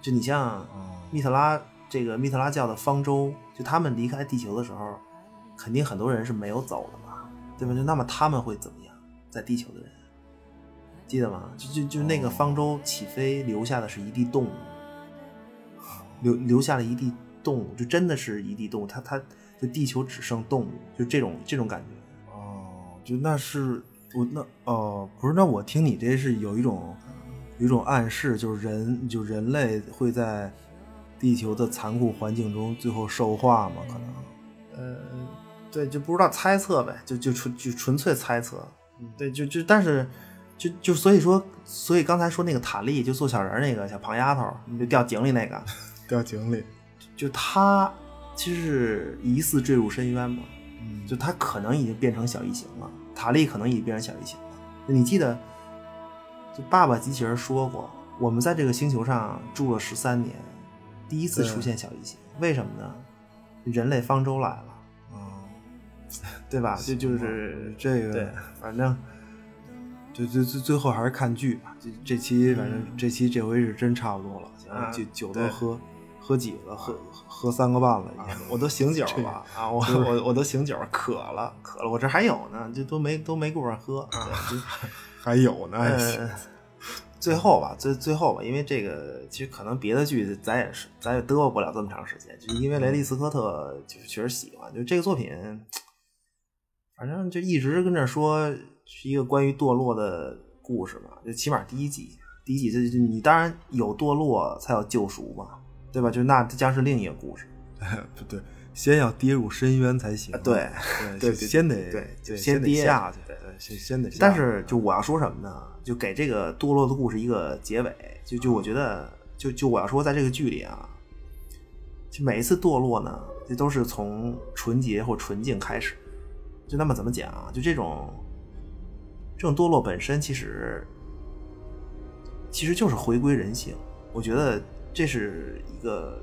Speaker 3: 就你像
Speaker 2: 嗯
Speaker 3: 密特拉这个密特拉教的方舟，就他们离开地球的时候，肯定很多人是没有走的嘛，对吧？就那么他们会怎么样？在地球的人，记得吗？就就就那个方舟起飞留下的是一地动物，留留下了一地动物，就真的是一地动物。它它就地球只剩动物，就这种这种感觉。
Speaker 2: 哦，就那是我那哦，不是，那我听你这是有一种有一种暗示，就是人就人类会在地球的残酷环境中最后兽化嘛？可能
Speaker 3: 呃，对，就不知道猜测呗，就就纯就纯粹猜测。对，就就但是就就所以说，所以刚才说那个塔利就做小人儿那个小胖丫头，就掉井里那个，
Speaker 2: 掉井里，
Speaker 3: 就她其实是疑似坠入深渊嘛，
Speaker 2: 嗯
Speaker 3: 就她可能已经变成小异形了，塔利可能已经变成小异形了。你记得，就爸爸机器人说过，我们在这个星球上住了十三年，第一次
Speaker 2: 对
Speaker 3: 出现小异形，为什么呢？人类方舟来了，
Speaker 2: 嗯，
Speaker 3: 对吧？这就
Speaker 2: 我
Speaker 3: 是
Speaker 2: 这个
Speaker 3: 对，反正
Speaker 2: 就就最最后还是看剧吧。这这期反正这期这回是真差不多了，行
Speaker 3: 啊
Speaker 2: 酒酒都
Speaker 3: 嗯对啊
Speaker 2: 喝喝几了，喝喝三个半了已经。
Speaker 3: 我都醒 酒了啊！我我我都醒酒了，渴了渴了，我这还有呢，这都没都没顾上喝。对就
Speaker 2: 还有呢哎
Speaker 3: 呃，最后吧，最最后吧，因为这个其实可能别的剧咱也是咱也嘚啵不了这么长时间，就是因为雷利斯科特就是确实喜欢，就这个作品，反正就一直跟这说是一个关于堕落的故事嘛，就起码第一集，第一集这这你当然有堕落才有救赎嘛，对吧？就那这将是另一个故事。
Speaker 2: 不对，先要跌入深渊才行
Speaker 3: 啊。对
Speaker 2: 对，
Speaker 3: 对对
Speaker 2: 先得
Speaker 3: 对就
Speaker 2: 先
Speaker 3: 先
Speaker 2: 得
Speaker 3: 跌
Speaker 2: 下去，
Speaker 3: 对
Speaker 2: 对，先先得下去。
Speaker 3: 但是就我要说什么呢？就给这个堕落的故事一个结尾。就就我觉得，就就我要说，在这个剧里啊，就每一次堕落呢，这都是从纯洁或纯净开始。就那么怎么讲啊？就这种这种堕落本身，其实其实就是回归人性。我觉得这是一个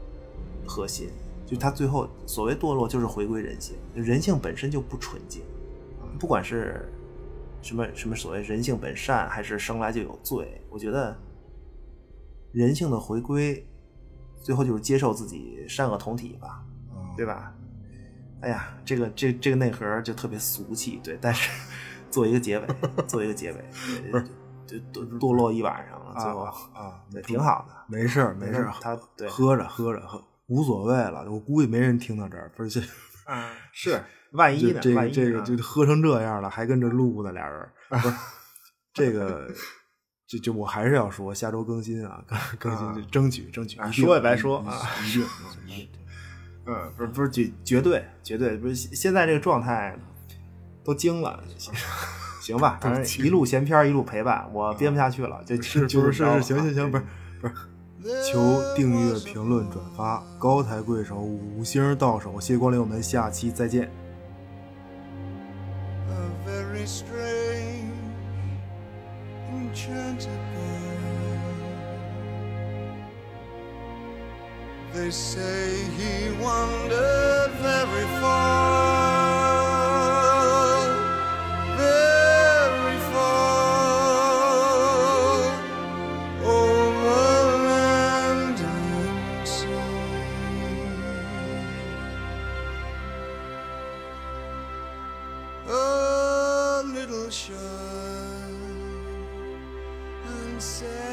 Speaker 3: 核心。就他最后所谓堕落，就是回归人性。就人性本身就不纯净，不管是什么什么所谓人性本善，还是生来就有罪，我觉得人性的回归，最后就是接受自己善恶同体吧，
Speaker 2: 嗯
Speaker 3: 对吧？哎呀，这个这这个内核就特别俗气，对，但是 做一个结尾，做一个结尾，对就就堕堕落一晚上了，最后、
Speaker 2: 啊，
Speaker 3: 对挺好的。嗯
Speaker 2: 没事儿没事儿，
Speaker 3: 他对
Speaker 2: 喝着喝着喝，无所谓了。我估计没人听到这儿，不 是
Speaker 3: 嗯 是万
Speaker 2: 这
Speaker 3: 一
Speaker 2: 这
Speaker 3: 呢？
Speaker 2: 这
Speaker 3: 万
Speaker 2: 个
Speaker 3: 一
Speaker 2: 这个
Speaker 3: 呢
Speaker 2: 就喝成这样了，还跟这录呢俩人，不是这个就就我还是要说，下周更新啊，更更新就争取争取，
Speaker 3: 啊
Speaker 2: 一定
Speaker 3: 说也白说
Speaker 2: 一
Speaker 3: 啊
Speaker 2: 一定一定。
Speaker 3: 嗯，不是不是绝绝对绝对不是现现在这个状态都惊了， 行吧，反正一路闲篇儿一路陪伴，我憋不下去了，这
Speaker 2: 是
Speaker 3: 就是啊嗯
Speaker 2: 是
Speaker 3: 这样
Speaker 2: 是，
Speaker 3: 了
Speaker 2: 行行行，不是不是，求订阅、评论、转发，高抬贵手，五星到手，谢谢光临，我们下期再见。
Speaker 6: a very strange enchanted bird. They say he wandered very far, very far over land and sea. a little shy and sad.